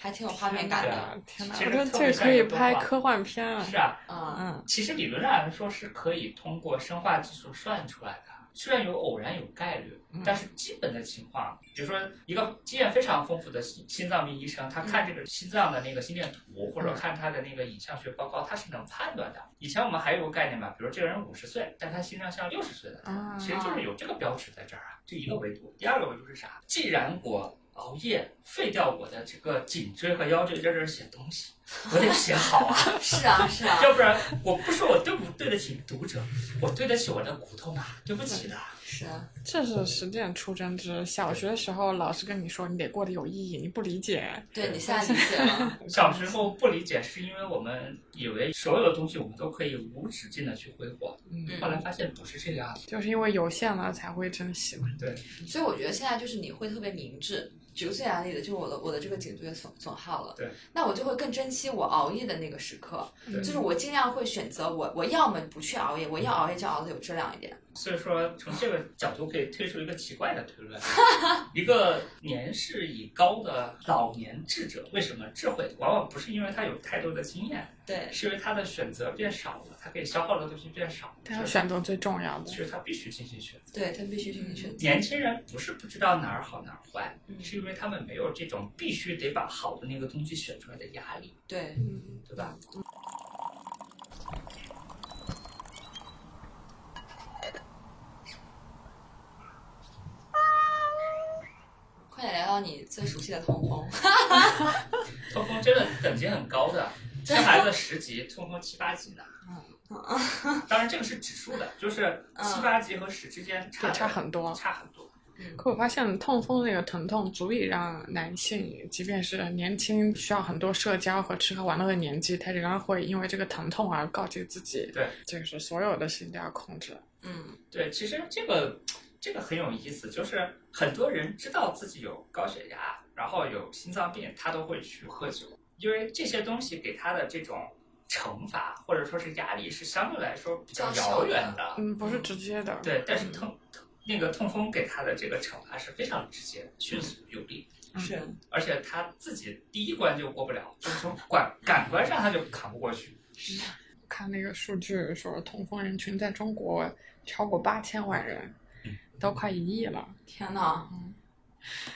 S3: 还挺有画面感
S2: 对
S3: 的。
S2: 啊
S1: 天哪，
S2: 其
S1: 我
S2: 实
S1: 觉得这
S2: 特别
S1: 个
S2: 像
S1: 可
S2: 一
S1: 以
S2: 个动
S1: 拍
S2: 画
S1: 科幻片了。
S2: 是啊，
S3: 嗯
S1: 嗯，
S2: 其实理论上来说是可以通过生化技术算出来的，虽然有偶然有概率
S1: 嗯，
S2: 但是基本的情况，比如说一个经验非常丰富的心心脏病医生，
S1: 嗯
S2: 他看这个心脏的那个心电图，或者看他的那个影像学报告，他是能判断的。以前我们还有个概念吧，比如这个人五十岁，但他心脏像六十岁的，
S1: 啊，嗯
S2: 其实就是有这个标尺在这儿啊，这一个维度。第二个维度是啥？既然我熬夜废掉我的这个颈椎和腰椎在这儿写东西，我得写好啊。
S3: 是啊，是啊，
S2: 要不然我不说我对不对得起读者，我对得起我的骨头嘛？对不起的，
S3: 是啊，
S1: 这是实践出真知。小学的时候，老师跟你说你得过得有意义，你不理解。
S3: 对你现在理解了，
S2: 小时候不理解，是因为我们以为所有的东西我们都可以无止境的去挥霍，
S1: 嗯，
S2: 后来发现不是这样的。
S1: 就是因为有限了才会珍惜嘛。
S2: 对，
S3: 所以我觉得现在就是你会特别明智。举个最简单的例子，就是我的我的这个颈椎损损耗了，
S2: 对，
S3: 那我就会更珍惜我熬夜的那个时刻，
S2: 嗯对
S3: 就是我尽量会选择我我要么不去熬夜，我要熬夜就熬的有质量一点。
S1: 嗯
S2: 所以说从这个角度可以推出一个奇怪的推 论：一个年事已高的老年智者，为什么智慧往往不是因为他有太多的经验，
S3: 对，
S2: 是因为他的选择变少了，他可以消耗的东西变少了，
S1: 他要选择最重要的
S2: 所。以他必须进行选择。
S3: 对他必须进行选择。
S2: 年轻人不是不知道哪儿好哪儿坏，
S3: 嗯
S2: 是因为他们没有这种必须得把好的那个东西选出来的压力，
S3: 对，
S1: 嗯，
S2: 对吧？
S3: 快点聊聊你最熟悉的痛风。
S2: 痛风真的等级很高的，生孩子十级，痛风七八级呢。
S1: 嗯
S2: 当然这个是指数的，就是七八级和十之间差
S1: 也
S2: 的
S1: 差很多。
S2: 差很多。
S1: 可我发现痛风这个疼痛足以让男性，即便是年轻需要很多社交和吃喝玩乐的年纪，他仍然会因为这个疼痛而告诫自己，
S2: 对，
S1: 就是所有的事情都要控制。
S3: 嗯
S2: 对，其实这个这个很有意思，就是很多人知道自己有高血压，然后有心脏病，他都会去喝酒，因为这些东西给他的这种惩罚或者说是压力是相对来说比较
S3: 较小
S2: 遥
S3: 的嗯
S2: 远的。
S1: 嗯，不是直接的。嗯
S2: 对，但是痛痛那个痛风给他的这个惩罚是非常直接、迅速有力，
S3: 是，
S2: 而且他自己第一关就过不了，就是从感感官上他就扛不过去。
S1: 看那个数据说，痛风人群在中国超过八千万人，
S2: 嗯
S1: 都快一亿了。
S3: 天呐，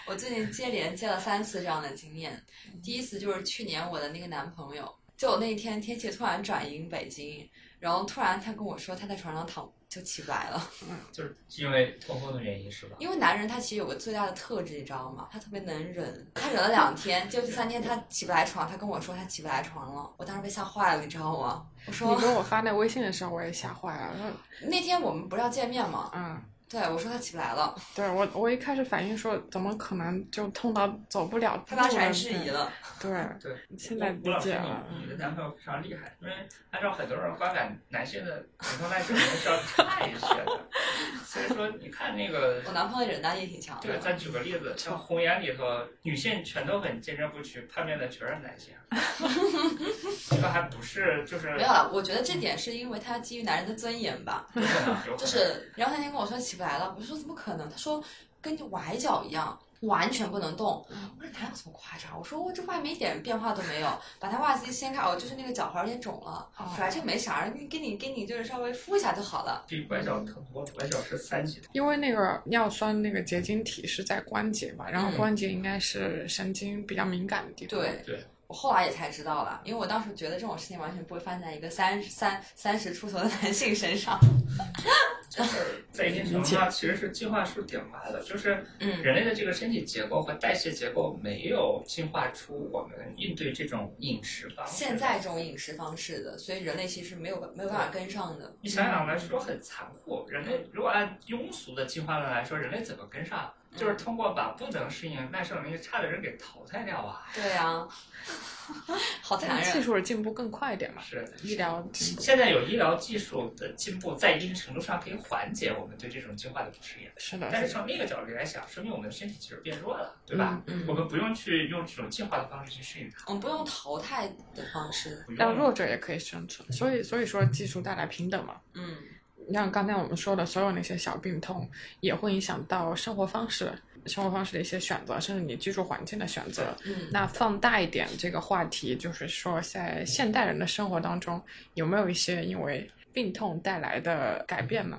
S3: 我最近接连接了三次这样的经验。第一次就是去年我的那个男朋友，就我那一天天气突然转阴北京，然后突然他跟我说他在床上躺就起不来了，
S2: 就是因为痛风的原因是吧？
S3: 因为男人他其实有个最大的特质，你知道吗？他特别能忍。他忍了两天，结果第三天他起不来床，他跟我说他起不来床了，我当时被吓坏了，你知道吗？我
S1: 你
S3: 说
S1: 给我发那微信的时候，我也吓坏了。说
S3: 那天我们不是要见面吗？
S1: 嗯，
S3: 对，我说他起不来了，
S1: 对我我一开始反应说，怎么可能就痛到走不了？
S3: 他当时还质疑了。
S1: 对，
S2: 对，
S1: 现在
S2: 吴
S1: 理
S2: 老师
S1: 解
S2: 你
S1: 了。
S2: 你
S1: 嗯
S2: 的男朋友非常厉害，因为按照很多人观感，男性的疼痛耐受能力是要差一些的。所以说，你看那个，
S3: 我男朋友忍耐力挺强
S2: 对，
S3: 的，
S2: 再举个例子，像《红岩》里头，女性全都很坚贞不屈，叛变的全是男性。这个还不是就是
S3: 没有了。我觉得这点是因为他基于男人的尊严吧，
S2: 有可能有可能
S3: 就是，然后他那天跟我说起不来了，我说怎么可能？他说跟崴脚一样，完全不能动。我说哪有这么夸张？我说我这外面一点变化都没有，把他袜子一掀开，哦，就是那个脚踝有点肿了。
S1: 哦
S3: 我说哎这没啥，给你给你给你就是稍微敷一下就好了。
S2: 比拐角疼多了，拐角是三 级
S1: 因为那个尿酸那个结晶体是在关节嘛，然后关节应该是神经比较敏感的地方。
S3: 嗯对，
S2: 对
S3: 我后来也才知道了，因为我当时觉得这种事情完全不会发生在一个三三三十出头的男性身上。
S2: 就是在一定程度上其实是进化树顶歪了，就是
S3: 嗯
S2: 人类的这个身体结构和代谢结构没有进化出我们应对这种饮食方式。
S3: 现在这种饮食方式的，所以人类其实没有没有办法跟上的。
S2: 你想想来说很残酷，人类如果按庸俗的进化论来说，人类怎么跟上？
S3: 嗯
S2: 就是通过把不能适应、耐受能力差的人给淘汰掉啊！
S3: 对啊，好残
S1: 技
S3: 忍。
S1: 术进步更快一点嘛，
S2: 是
S1: 医疗进步
S2: 现在有医疗技术的进步，在一定程度上可以缓解我们对这种进化的不适应。
S1: 是的，
S2: 但
S1: 是
S2: 是
S1: 的
S2: 从另一个角度来想，说明我们的身体其实变弱了，对吧？
S3: 嗯
S2: 我，们不用去用这种进化的方式去适应它，
S3: 我们不用淘汰的方式。
S2: 不
S1: 让
S2: 用
S1: 弱者也可以生存，所以所以说技术带来平等嘛。
S3: 嗯
S1: 像刚才我们说的，所有那些小病痛也会影响到生活方式、生活方式的一些选择，甚至你居住环境的选择。
S3: 嗯
S1: 那放大一点这个话题，就是说在现代人的生活当中，有没有一些因为病痛带来的改变呢？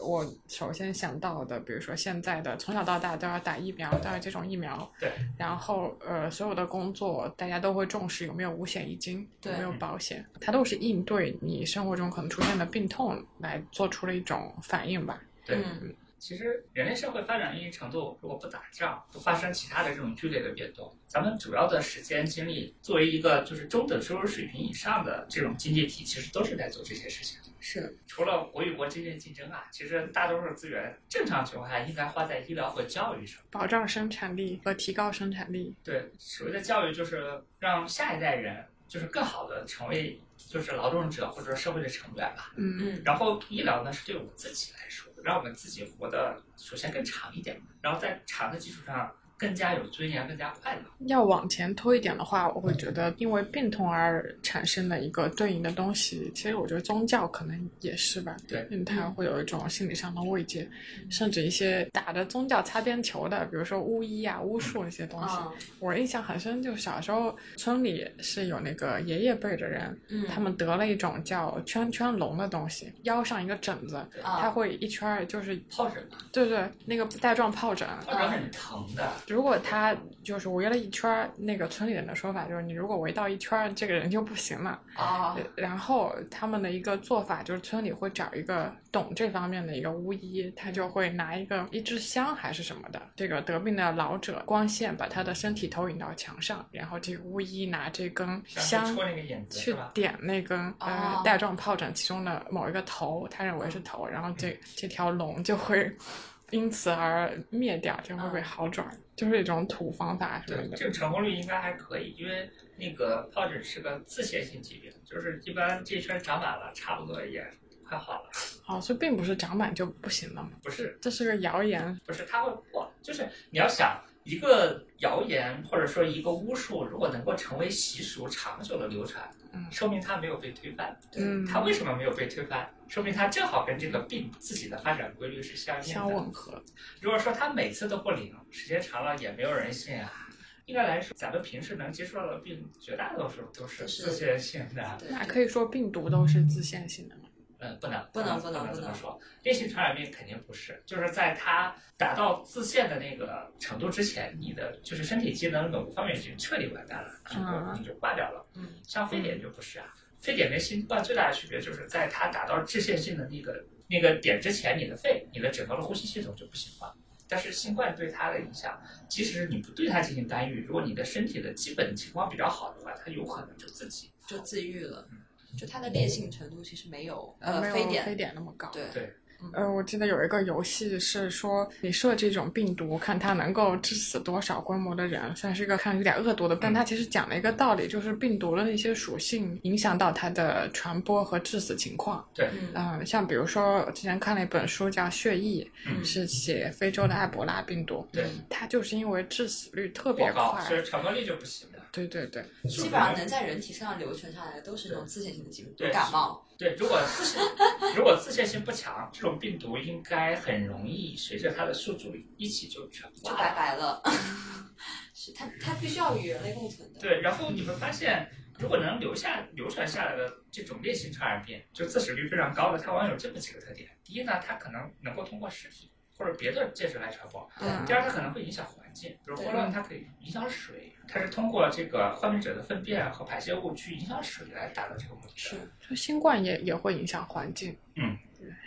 S1: 我首先想到的，比如说现在的从小到大都要打疫苗，都要接种疫苗，
S2: 对，
S1: 然后呃，所有的工作大家都会重视有没有五险一金，有
S3: 对
S1: 没有保险，它都是应对你生活中可能出现的病痛来做出了一种反应吧。
S2: 对。
S3: 嗯
S2: 其实人类社会发展到一定程度，如果不打仗，不发生其他的这种剧烈的变动，咱们主要的时间精力，作为一个就是中等收入水平以上的这种经济体，其实都是在做这些事情。
S3: 是
S2: 除了国与国之间的竞争啊，其实大多数资源正常情况下应该花在医疗和教育上。
S1: 保障生产力和提高生产力，
S2: 对，所谓的教育就是让下一代人就是更好的成为就是劳动者或者说社会的成员吧。
S1: 嗯，
S3: 嗯
S2: 然后医疗呢是对我们自己来说，让我们自己活得首先更长一点，然后在长的基础上更加有尊严，更加快乐。
S1: 要往前推一点的话，我会觉得因为病痛而产生的一个对应的东西，其实我觉得宗教可能也是吧，
S2: 对
S1: 因为它会有一种心理上的慰藉，甚至一些打着宗教擦边球的，比如说巫医啊、巫术那些东西，
S3: 啊
S1: 我印象很深，就小时候村里是有那个爷爷辈的人，
S3: 嗯，
S1: 他们得了一种叫圈圈龙的东西，腰上一个疹
S2: 嗯
S1: 子，它
S3: 啊
S1: 会一圈儿，就是
S2: 疱疹嘛，
S1: 对对，那个带状疱疹。
S2: 疱疹很疼的，
S1: 如果他就是围了一圈儿，那个村里人的说法就是，你如果围到一圈儿，这个人就不行了。
S3: 啊
S1: 然后他们的一个做法就是，村里会找一个懂这方面的一个巫医，他就会拿一个一支香还是什么的，这个得病的老者光线把他的身体投影到墙上，然后这个巫医拿这根
S2: 像
S1: 香
S2: 是戳那个眼睛是
S1: 去
S2: 吧？
S1: 点那根呃
S3: 哦
S1: 带状疱疹其中的某一个头，他认为
S2: 嗯
S1: 是头，然后这这条龙就会因此而灭掉，这样会不会好转？就是一种土方法什么
S2: 嗯对，
S1: 的
S2: 这。个成功率应该还可以，因为那个疱疹是个自限性疾病，就是一般这一圈长满了，差不多也快好了。
S1: 哦，所以并不是长满就不行了嘛，
S2: 不是，
S1: 这是个谣言。
S2: 不是，它会破。就是你要想一个谣言或者说一个巫术，如果能够成为习俗长久的流传，
S1: 嗯
S2: 说明它没有被推翻。
S1: 嗯，
S2: 它为什么没有被推翻？说明它正好跟这个病自己的发展规律是相应
S1: 相
S2: 的。
S1: 吻合。
S2: 如果说它每次都不灵，时间长了也没有人信啊。应该来说，咱们平时能接触到的病，绝大多数都是
S3: 是
S2: 自限性的。
S3: 对
S1: 那可以说病毒都是自限性的嘛？
S2: 嗯，不能，
S3: 不能
S2: 不
S3: 不能
S2: 这
S3: 不
S2: 么
S3: 能
S2: 说。烈性传染病肯定不是，就是在它达到自限的那个程度之前，你的就是身体机能某个方面已经彻底完蛋了，你
S1: 啊
S2: 就你就挂掉了。
S3: 嗯
S2: 像非典就不是啊，非典跟新冠最大的区别就是在它达到致限性的那个那个点之前，你的肺、你的整个的呼吸系统就不行了。但是新冠对它的影响，即使你不对它进行干预，如果你的身体的基本情况比较好的话，它有可能就自己
S3: 就自愈了，就它的烈性程度其实没有呃
S1: 没有
S3: 非
S1: 非
S3: 典
S1: 典那么高。
S3: 对
S2: 对
S1: 呃，我记得有一个游戏是说，你设这种病毒，看它能够致死多少规模的人，算是一个看有点恶毒的，但
S2: 嗯
S1: 它其实讲了一个道理，就是病毒的那些属性影响到它的传播和致死情况。
S3: 嗯
S1: 嗯、像比如说，我之前看了一本书叫《血疫》，
S2: 嗯
S1: 是写非洲的埃博拉病毒，
S2: 对
S3: 嗯
S1: 它就是因为致死率特别
S2: 过高，
S1: 快
S2: 所，以传播率就不行了。
S1: 对对对，
S3: 基本上能在人体上流传下来的都是那种自限性的疾病，
S2: 对
S3: 感冒
S2: 对，如果自限，如果自限性不强，这种病毒应该很容易随着它的宿主一起就全
S3: 就
S2: 挂了。
S3: 拜拜了。 是它它必须要与人类共存的。
S2: 对，然后你会发现，如果能留下流传下来的这种烈性传染病，就致死率非常高的，它往往有这么几个特点：第一呢，它可能能够通过尸体或者别的介质来传播；
S1: 嗯
S2: 第二，它可能会影响环境，比如霍乱，它可以影响水，它是通过这个患病者的粪便和排泄物去影响水来达到这个目的的。
S1: 是，就新冠也也会影响环境，
S2: 嗯，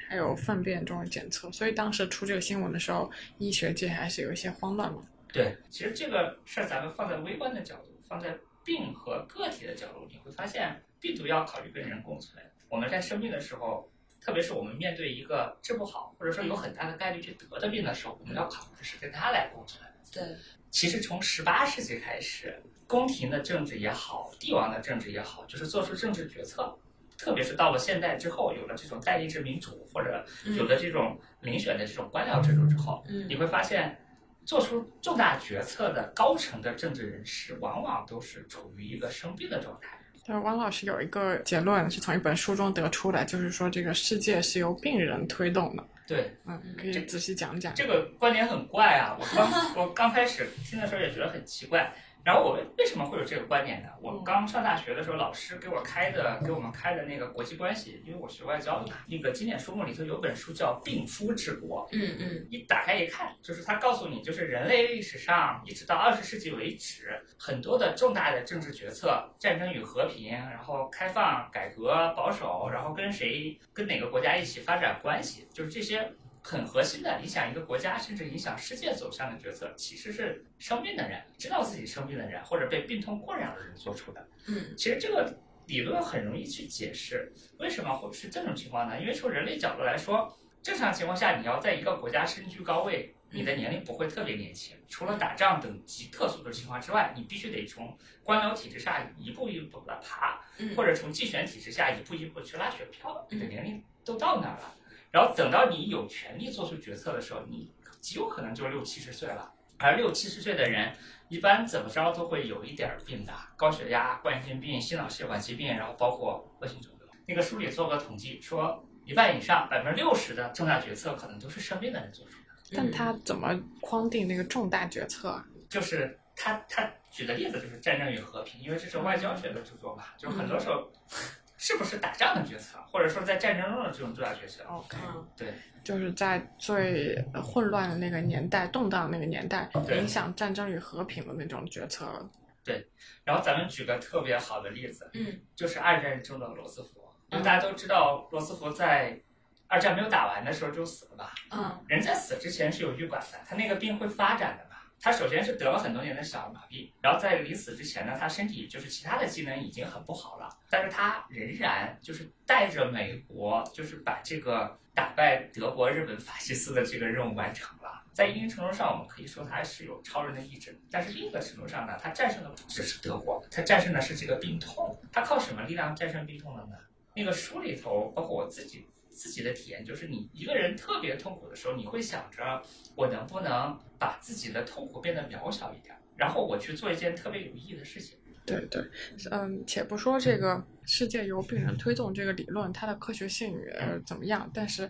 S1: 还有粪便中的检测。所以当时出这个新闻的时候，医学界还是有一些慌乱嘛。
S2: 对，其实这个事儿咱们放在微观的角度，放在病和个体的角度，你会发现病毒要考虑跟人共存。我们在生病的时候，特别是我们面对一个治不好，或者说有很大的概率去得的病的时候，我们要考虑的是跟它来共存。
S1: 嗯
S3: 对，
S2: 其实从十八世纪开始，宫廷的政治也好，帝王的政治也好，就是做出政治决策。特别是到了现代之后，有了这种代议制民主，或者有了这种遴选的这种官僚制度之后，
S3: 嗯
S2: 你会发现，做出重大决策的高层的政治人士，往往都是处于一个生病的状态。
S1: 对，汪老师有一个结论是从一本书中得出来，就是说这个世界是由病人推动的。
S2: 对，
S1: 嗯，可以仔细讲讲。
S2: 这个观点很怪啊！我刚我刚开始听的时候也觉得很奇怪。然后我为什么会有这个观点呢？我刚上大学的时候，老师给我开的给我们开的那个国际关系，因为我学外交的嘛，那个经典书目里头有本书叫《病夫治国》，
S3: 嗯嗯
S2: 一打开一看，就是他告诉你，就是人类历史上一直到二十世纪为止，很多的重大的政治决策，战争与和平，然后开放、改革、保守，然后跟谁跟哪个国家一起发展关系，就是这些很核心的影响一个国家甚至影响世界走向的决策，其实是生病的人、知道自己生病的人或者被病痛困扰的人做出的。
S3: 嗯，
S2: 其实这个理论很容易去解释，为什么会是这种情况呢？因为从人类角度来说，正常情况下你要在一个国家身居高位，你的年龄不会特别年轻，除了打仗等极特殊的情况之外，你必须得从官僚体制下一步一步的爬，
S3: 嗯，
S2: 或者从竞选体制下一步一步去拉选票，
S3: 嗯
S2: 你的年龄都到那儿了，然后等到你有权利做出决策的时候，你极有可能就六七十岁了。而六七十岁的人，一般怎么着都会有一点儿病的，高血压、冠心病、心脑血管疾病，然后包括恶性肿瘤。那个书里做过统计，说一半以上，百分之六十的重大决策可能都是生病的人做出的。
S1: 但他怎么框定那个重大决策啊？
S2: 就是他他举的例子就是战争与和平，因为这是外交学的著作嘛，就是很多时候是不是打仗的决策，或者说在战争中的这种重大决策，
S1: OK，
S3: 嗯
S2: 对
S1: 就是在最呃混乱的那个年代、动荡的那个年代，
S2: 对
S1: 影响战争与和平的那种决策。
S2: 然后咱们举个特别好的例子，
S3: 嗯
S2: 就是二战中的罗斯福，因
S3: 嗯
S2: 为大家都知道罗斯福在二战没有打完的时候就死了吧？
S3: 嗯
S2: 人在死之前是有预感的，他那个病会发展的嘛。他首先是得了很多年的小儿麻痹，然后在临死之前呢，他身体就是其他的机能已经很不好了，但是他仍然就是带着美国，就是把这个打败德国、日本法西斯的这个任务完成了。在一定程度上，我们可以说他是有超人的意志，但是另一个程度上呢，他战胜的不只是德国，他战胜的是这个病痛。他靠什么力量战胜病痛的呢？那个书里头，包括我自己自己的体验，就是你一个人特别痛苦的时候，你会想着我能不能把自己的痛苦变得渺小一点，然后我去做一件特别有意义的事情。
S1: 对对，嗯，且不说这个世界由病人推动这个理论它的科学性呃怎么样，但是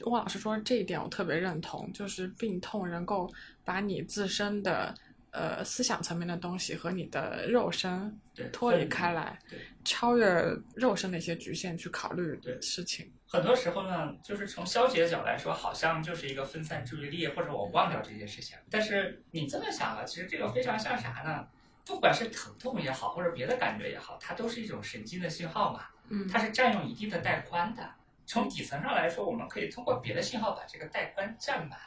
S1: 汪老师说这一点我特别认同，就是病痛能够把你自身的呃思想层面的东西和你的肉身
S2: 对，
S1: 脱离开。来
S2: 对，
S1: 超越肉身的一些局限去考虑
S2: 对
S1: 事情。
S2: 很多时候呢，就是从消极的角度来说，好像就是一个分散注意力，或者我忘掉这件事情。但是你这么想啊，其实这个非常像啥呢？不管是疼痛也好，或者别的感觉也好，它都是一种神经的信号嘛。
S1: 嗯，
S2: 它是占用一定的带宽的。从底层上来说，我们可以通过别的信号把这个带宽占满，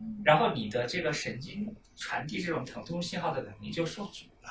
S1: 嗯
S2: 然后你的这个神经传递这种疼痛信号的能力就受阻了。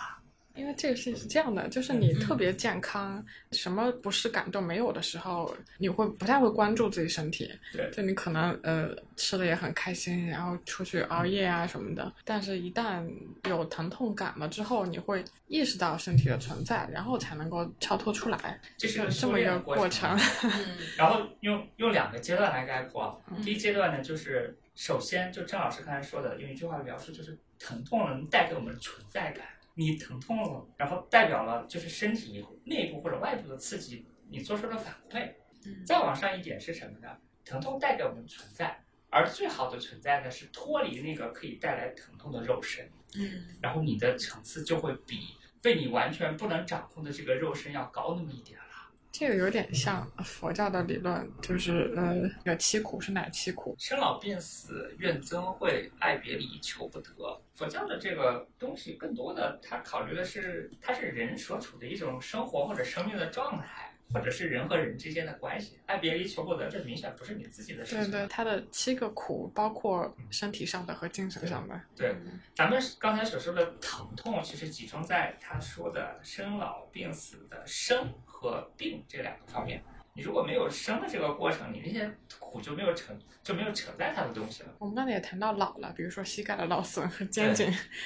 S1: 因为这个事情是这样的，就是你
S3: 嗯
S1: 特别健康，什么不适感都没有的时候，你会不太会关注自己身体。
S2: 对
S1: 就你可能呃吃的也很开心，然后出去熬夜啊什么的。但是，一旦有疼痛感了之后，你会意识到身体的存在，然后才能够跳脱出来，
S2: 这是
S1: 有
S2: 个
S1: 这
S2: 修
S1: 么一
S2: 炼
S1: 个
S2: 的过
S1: 程。
S3: 嗯
S2: 然后用用两个阶段来概括
S1: 嗯。
S2: 第一阶段呢，就是首先就郑老师刚才说的，用一句话描述，就是疼痛能带给我们存在感。你疼痛了，然后代表了就是身体内部或者外部的刺激，你做出的反馈。
S3: 嗯
S2: 再往上一点是什么呢？疼痛带给我们存在，而最好的存在呢是脱离那个可以带来疼痛的肉身，
S3: 嗯
S2: 然后你的层次就会比被你完全不能掌控的这个肉身要高那么一点了。
S1: 这个有点像佛教的理论，就是呃，有七苦是哪七苦？
S2: 生老病死、怨憎会、爱别离、求不得。佛教的这个东西，更多的它考虑的是，它是人所处的一种生活或者生命的状态。或者是人和人之间的关系。爱别离求不得，这明显不是你自己的事
S1: 对
S2: 情。
S1: 对，他的七个苦包括身体上的和精神上的，
S2: 对咱们刚才所说的疼痛，其实集中在他说的生老病死的生和病这两个方面。你如果没有生的这个过程，你那些苦就没有承就没有承载它的东西了。
S1: 我们刚才也谈到老了，比如说膝盖的劳损和肩颈，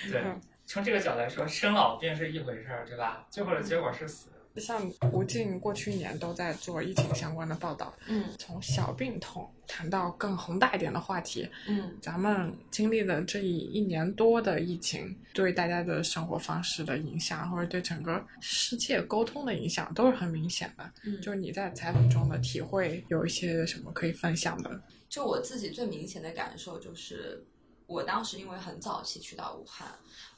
S2: 对
S1: 嗯，
S2: 从这个角度来说，生老病是一回事儿，对吧？最后的结果是死。
S1: 像吴静过去一年都在做疫情相关的报道，
S3: 嗯
S1: 从小病痛谈到更宏大一点的话题，
S3: 嗯
S1: 咱们经历了这一一年多的疫情，对大家的生活方式的影响，或者对整个世界沟通的影响，都是很明显的。
S3: 嗯，
S1: 就你在采访中的体会，有一些什么可以分享的？
S3: 就我自己最明显的感受就是，我当时因为很早期去到武汉，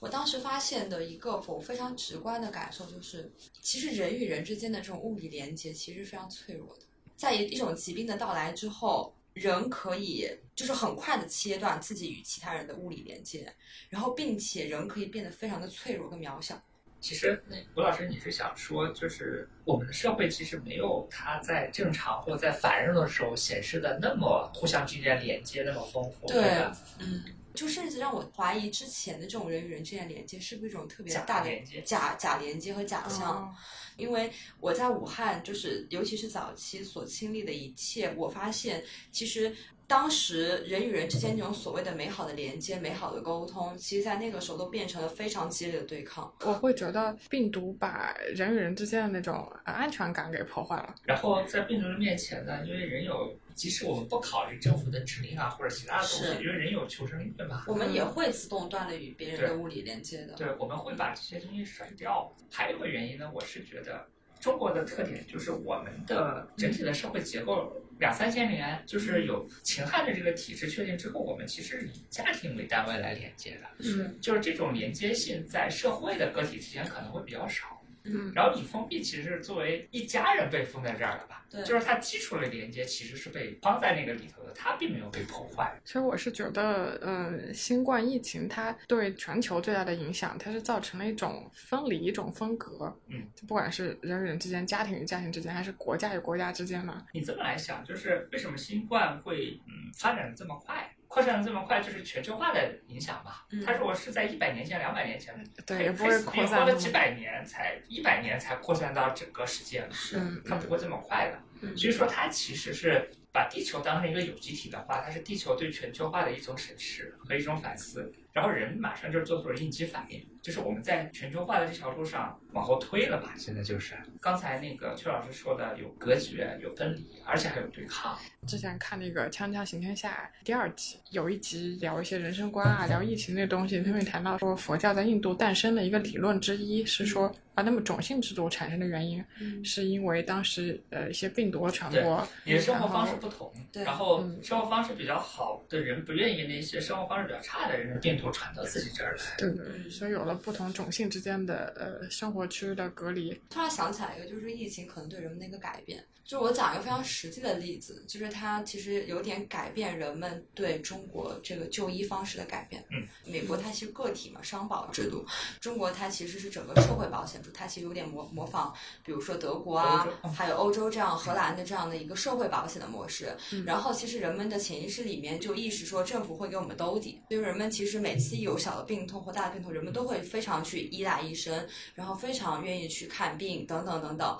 S3: 我当时发现的一个我非常直观的感受就是，其实人与人之间的这种物理连接其实是非常脆弱的。在一一种疾病的到来之后，人可以就是很快的切断自己与其他人的物理连接，然后并且人可以变得非常的脆弱跟渺小。
S2: 其实，那吴老师，你是想说，就是我们的社会其实没有它在正常或在繁荣的时候显示的那么互相之间连接那么丰富，
S3: 对
S2: 吧？
S3: 嗯，就甚至让我怀疑之前的这种人与人之间的连接是不是一种特别
S2: 假
S3: 大的
S2: 连接
S3: 假假连接和假
S1: 哦
S3: 象。因为我在武汉，就是尤其是早期所经历的一切，我发现其实当时人与人之间那种所谓的美好的连接、美好的沟通，其实在那个时候都变成了非常激烈的对抗。
S1: 我会觉得病毒把人与人之间的那种呃安全感给破坏了。
S2: 然后在病毒的面前呢，因为人有，即使我们不考虑政府的指令啊或者其他的东西，
S3: 是
S2: 因为人有求生欲嘛，
S3: 我们也会自动断了与别人的物理连接的。
S2: 对，我们会把这些东西甩掉。还有一个原因呢，我是觉得中国的特点就是我们的整体的社会结构，两三千年就是有秦汉的这个体制确定之后，我们其实以家庭为单位来连接的，
S1: 嗯
S2: 就是这种连接性在社会的个体之间可能会比较少。
S1: 嗯
S2: 然后你封闭其实是作为一家人被封在这儿了吧？
S3: 对
S2: 就是它基础的连接其实是被框在那个里头的，它并没有被破坏。
S1: 所以我是觉得，嗯，新冠疫情它对全球最大的影响，它是造成了一种分离、一种分隔。
S2: 嗯，
S1: 就不管是人与人之间、家庭与家庭之间，还是国家与国家之间嘛，
S2: 你这么来想，就是为什么新冠会嗯发展的这么快，扩散的这么快，就是全球化的影响吧？
S3: 嗯
S2: 它如果是在一百年前、两百年前，
S1: 对，也不
S2: 黑
S1: 会
S2: 死病
S1: 扩
S2: 活
S1: 散
S2: 了
S1: 那么
S2: 几百年才一百年才扩散到整个世界嘛，
S3: 是
S1: 嗯，
S2: 它不会这么快的。
S3: 嗯
S2: 所以说，它其实是把地球当成一个有机体的话，它是地球对全球化的一种审视和一种反思。然后人马上就做出了应激反应，就是我们在全球化的这条路上往后推了吧。现在就是刚才那个崔老师说的，有隔绝，有分离，而且还有对抗。
S1: 之前看那个《锵锵行天下》第二集，有一集聊一些人生观啊，聊疫情这东西，他们谈到说佛教在印度诞生的一个理论之一是
S2: 嗯
S1: 说啊，那么种姓制度产生的原因
S3: 嗯
S1: 是因为当时呃一些病毒的传
S2: 对
S1: 播，
S2: 你的生活方式不同，
S3: 对
S2: 然后
S1: 嗯
S2: 生活方式比较好的人不愿意那些生活方式比较差的人病毒传到自己这儿来。
S1: 对对
S3: 嗯
S1: 对，所以有了不同种姓之间的呃生活区的隔离，
S3: 突然想起来一个，就是疫情可能对人们的一个改变。就是我讲一个非常实际的例子，就是它其实有点改变人们对中国这个就医方式的改变。
S2: 嗯，
S3: 美国它其实个体嘛，商保制度，中国它其实是整个社会保险制度，它其实有点模模仿，比如说德国啊
S2: 欧洲，
S3: 还有欧洲这样、荷兰的这样的一个社会保险的模式。
S1: 嗯
S3: 然后其实人们的潜意识里面就意识说政府会给我们兜底，所以人们其实每次有小的病痛或大的病痛，人们都会非常去依赖医生，然后非常愿意去看病等等等等。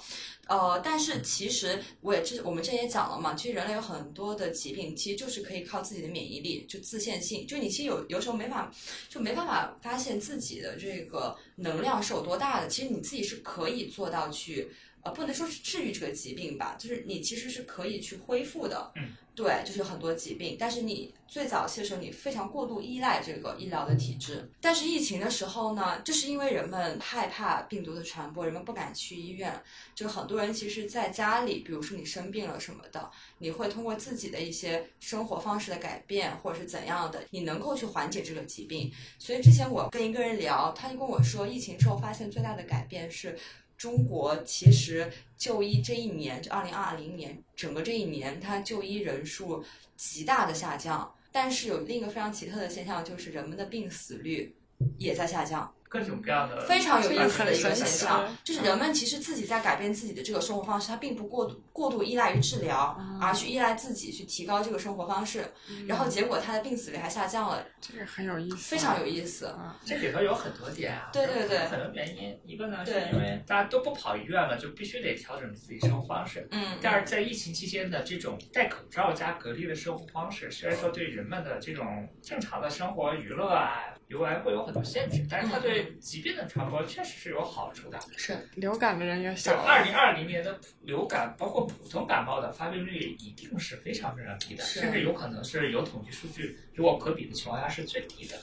S3: 呃，但是其实我也这我们这也讲了嘛，其实人类有很多的疾病，其实就是可以靠自己的免疫力，就自限性，就你其实有有时候没法就没办法发现自己的这个能量是有多大的。其实你自己是可以做到去，呃，不能说是治愈这个疾病吧，就是你其实是可以去恢复的。
S2: 嗯，
S3: 对，就是很多疾病，但是你最早期的时候，你非常过度依赖这个医疗的体制。但是疫情的时候呢，就是因为人们害怕病毒的传播，人们不敢去医院，就很多人其实在家里，比如说你生病了什么的，你会通过自己的一些生活方式的改变，或者是怎样的，你能够去缓解这个疾病。所以之前我跟一个人聊，他就跟我说，疫情之后发现最大的改变是，中国其实就医这一年，就二零二零年整个这一年，它就医人数极大的下降。但是有另一个非常奇特的现象，就是人们的病死率也在下降。
S2: 各种各样的
S3: 非常有意思的一个
S1: 这
S3: 现
S1: 个
S3: 象
S1: 很神奇，
S3: 就是人们其实自己在改变自己的这个生活方式，他并不过度过度依赖于治疗，而去依赖自己去提高这个生活方式，然后结果他的病死率还下降了，
S1: 这个很有意思，
S3: 嗯非常有意思。
S2: 这里头有很多点啊，
S3: 对对对
S2: 有很多原因。一个呢，是
S3: 对
S2: 因为大家都不跑医院了，就必须得调整自己生活方式。
S3: 嗯，
S2: 第二，在疫情期间的这种戴口罩加隔离的生活方式，虽然说对人们的这种正常的生活娱乐啊、游玩会有很多限制，但是它对疾病的传播确实是有好处的。
S3: 嗯是
S1: 流感的人也
S2: 像
S1: 少
S2: 二
S1: 了，
S2: 零二零年的流感，包括普通感冒的发病率一定是非常非常低的，
S3: 是
S2: 甚至有可能是有统计数据，如果可比的情况下是最低的。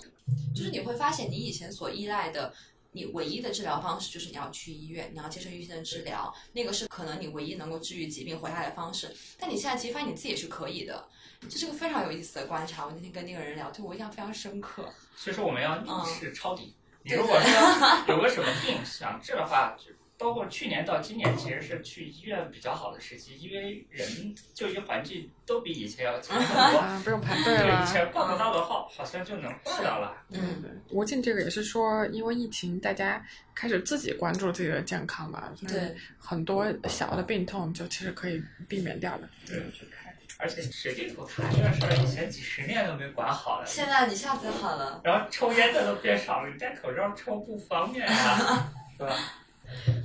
S3: 就是你会发现你以前所依赖的。你唯一的治疗方式就是你要去医院，你要接受医生的治疗，那个是可能你唯一能够治愈疾病活下来的方式。但你现在其实发现你自己也是可以的，这是个非常有意思的观察。我那天跟那个人聊，对我印象非常深刻。
S2: 所以说我们要逆
S3: 嗯
S2: 势抄底。你
S3: 对
S2: 如果说有个什 么病想治的话，就包括去年到今年，其实是去医院比较好的时机，因为人就医环境都比以前要强很 多。
S1: 啊，不用排队
S2: 对，
S1: 了
S2: 以。前嗯逛不到的号，好像就能逛到了。
S1: 对
S3: 嗯
S1: 对对，无尽这个也是说，因为疫情，大家开始自己关注自己的健康吧，就是
S3: 对
S1: 很多小的病痛就其实可以避免掉的。
S2: 对，去看。而且水晶球塔这个事儿，以前几十年都没管好了。
S3: 现在你下次好了。
S2: 然后抽烟的都变少了，你戴口罩抽不方便啊，是吧？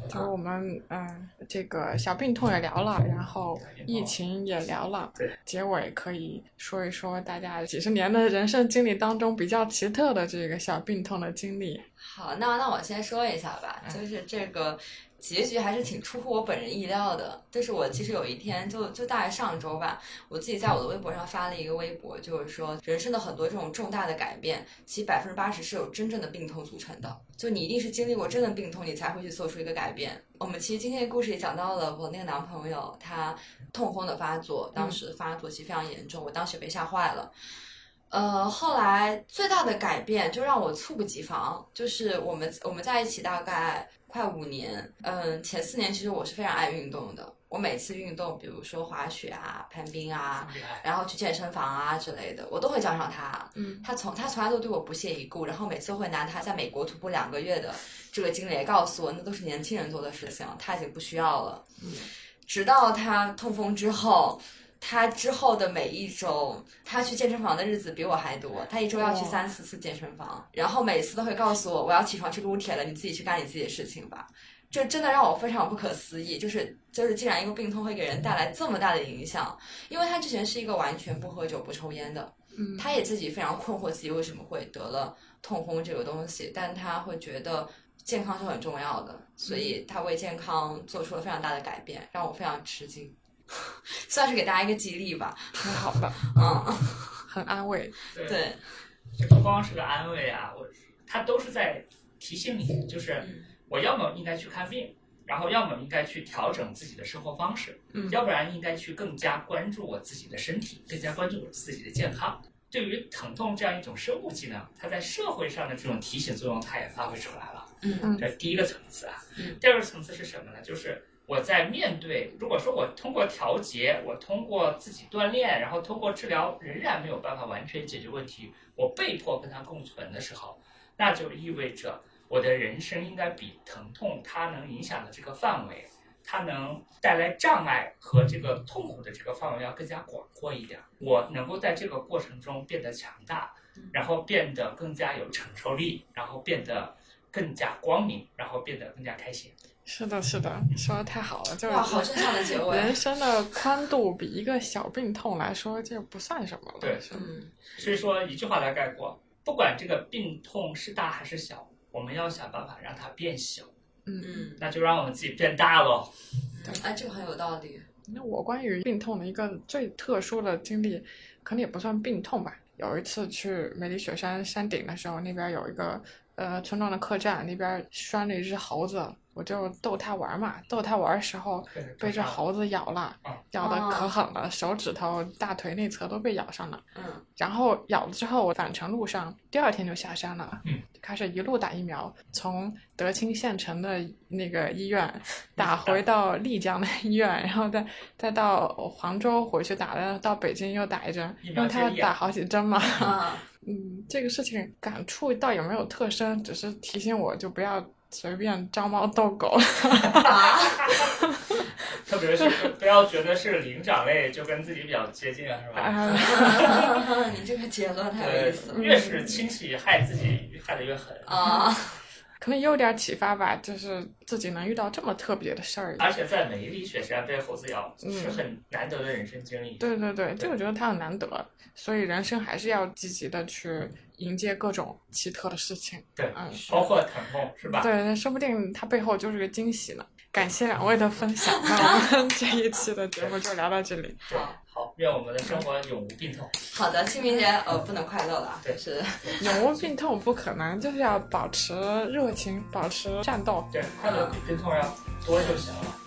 S1: 就是我们嗯，这个小病痛也聊了，然后疫情也聊了，
S2: 对，
S1: 结尾可以说一说大家几十年的人生经历当中比较奇特的这个小病痛的经历。
S3: 好，那那我先说一下吧，就是这个结局还是挺出乎我本人意料的。就是我其实有一天就就大概上周吧，我自己在我的微博上发了一个微博，就是说人生的很多这种重大的改变，其实百分之八十是由真正的病痛组成的。就你一定是经历过真的病痛，你才会去做出一个改变。我们其实今天的故事也讲到了我那个男朋友，他痛风的发作，当时发作其实非常严重，我当时也被吓坏了。呃，后来最大的改变就让我猝不及防，就是我们我们在一起大概快五年，嗯，前四年其实我是非常爱运动的，我每次运动，比如说滑雪啊、攀冰啊，
S2: 厉害，
S3: 然后去健身房啊之类的，我都会叫上他。
S1: 嗯，
S3: 他从他从来都对我不屑一顾，然后每次会拿他在美国徒步两个月的这个经历来告诉我，那都是年轻人做的事情，他已经不需要了。
S1: 嗯
S3: 直到他痛风之后，他之后的每一周，他去健身房的日子比我还多，他一周要去
S1: 哇
S3: 三四次健身房，然后每次都会告诉我，我要起床去撸铁了，你自己去干你自己的事情吧。这真的让我非常不可思议，就是就是，竟然一个病痛会给人带来这么大的影响，因为他之前是一个完全不喝酒、不抽烟的，
S1: 嗯
S3: 他也自己非常困惑自己为什么会得了痛风这个东西，但他会觉得健康是很重要的，所以他为健康做出了非常大的改变，让我非常吃惊， 算是给大家一个激励吧。
S1: 挺好的，
S3: 嗯，
S1: 很安慰。
S2: 对
S3: 对，
S2: 这不光是个安慰啊，我他都是在提醒你，就是
S3: 嗯
S2: 我要么应该去看病，然后要么应该去调整自己的生活方式，
S1: 嗯
S2: 要不然应该去更加关注我自己的身体，更加关注我自己的健康。对于疼痛这样一种生物技能，它在社会上的这种提醒作用，它也发挥出来了。
S3: 嗯
S2: 这是第一个层次啊
S3: 嗯。
S2: 第二个层次是什么呢？就是我在面对，如果说我通过调节，我通过自己锻炼，然后通过治疗，仍然没有办法完全解决问题，我被迫跟它共存的时候，那就意味着我的人生应该比疼痛它能影响的这个范围，它能带来障碍和这个痛苦的这个范围要更加广阔一点。我能够在这个过程中变得强大
S3: 嗯，
S2: 然后变得更加有承受力，然后变得更加光明，然后变得更加开心。
S1: 是的，是的，说的太好了，就是
S3: 哇，好正啊向的结尾
S1: 人。生的宽度比一个小病痛来说，这不算什么了。
S2: 对
S1: 是吧
S3: 嗯，
S2: 所以说，一句话来概括：不管这个病痛是大还是小，我们要想办法让它变小，
S1: 嗯，
S3: 嗯，
S2: 那就让我们自己变大喽。
S3: 哎，这个很有道理。
S1: 那我关于病痛的一个最特殊的经历，可能也不算病痛吧。有一次去梅里雪山山顶的时候，那边有一个呃村庄的客栈，那边拴了一只猴子，我就逗它玩嘛。逗它玩的时候，被这猴子咬了
S2: 嗯，
S1: 咬的可狠了，手指头、大腿内侧都被咬上了。
S3: 嗯
S1: 然后咬了之后，我返程路上第二天就下山了。
S2: 嗯，
S1: 开始一路打疫苗，从德清县城的那个医院打回到丽江的医院，然后再再到黄州回去打了，到北京又打一针，因为他要打好几针嘛。
S3: 嗯，
S1: 嗯，这个事情感触倒也没有特深，只是提醒我就不要随便招猫逗狗。
S3: 啊，
S2: 特别是不要觉得是灵长类就跟自己比较接近，是吧？
S1: 啊，
S3: 你这个结论太有
S2: 对
S3: 意思，了
S2: 越是亲戚害自己害得越狠，
S3: 啊！
S1: 可能也有点启发吧，就是自己能遇到这么特别的事儿。
S2: 而且在美丽雪山被猴子咬
S1: 嗯
S2: 是很难得的人生经历。
S1: 对对对，这我觉得它很难得，所以人生还是要积极的去迎接各种奇特的事情。
S2: 对
S1: 嗯，
S2: 包括疼痛是吧？
S1: 对，说不定它背后就是个惊喜呢。感谢两位的分享， 那我们这一期的节目就聊到这里。
S2: 对，好，愿我们的生活永无病痛。
S3: 好的，清明节呃不能快乐了，
S2: 对
S3: 是
S1: 永无病痛不可能，就是要保持热情，保持战斗。
S2: 对，快乐比病痛要多就行了。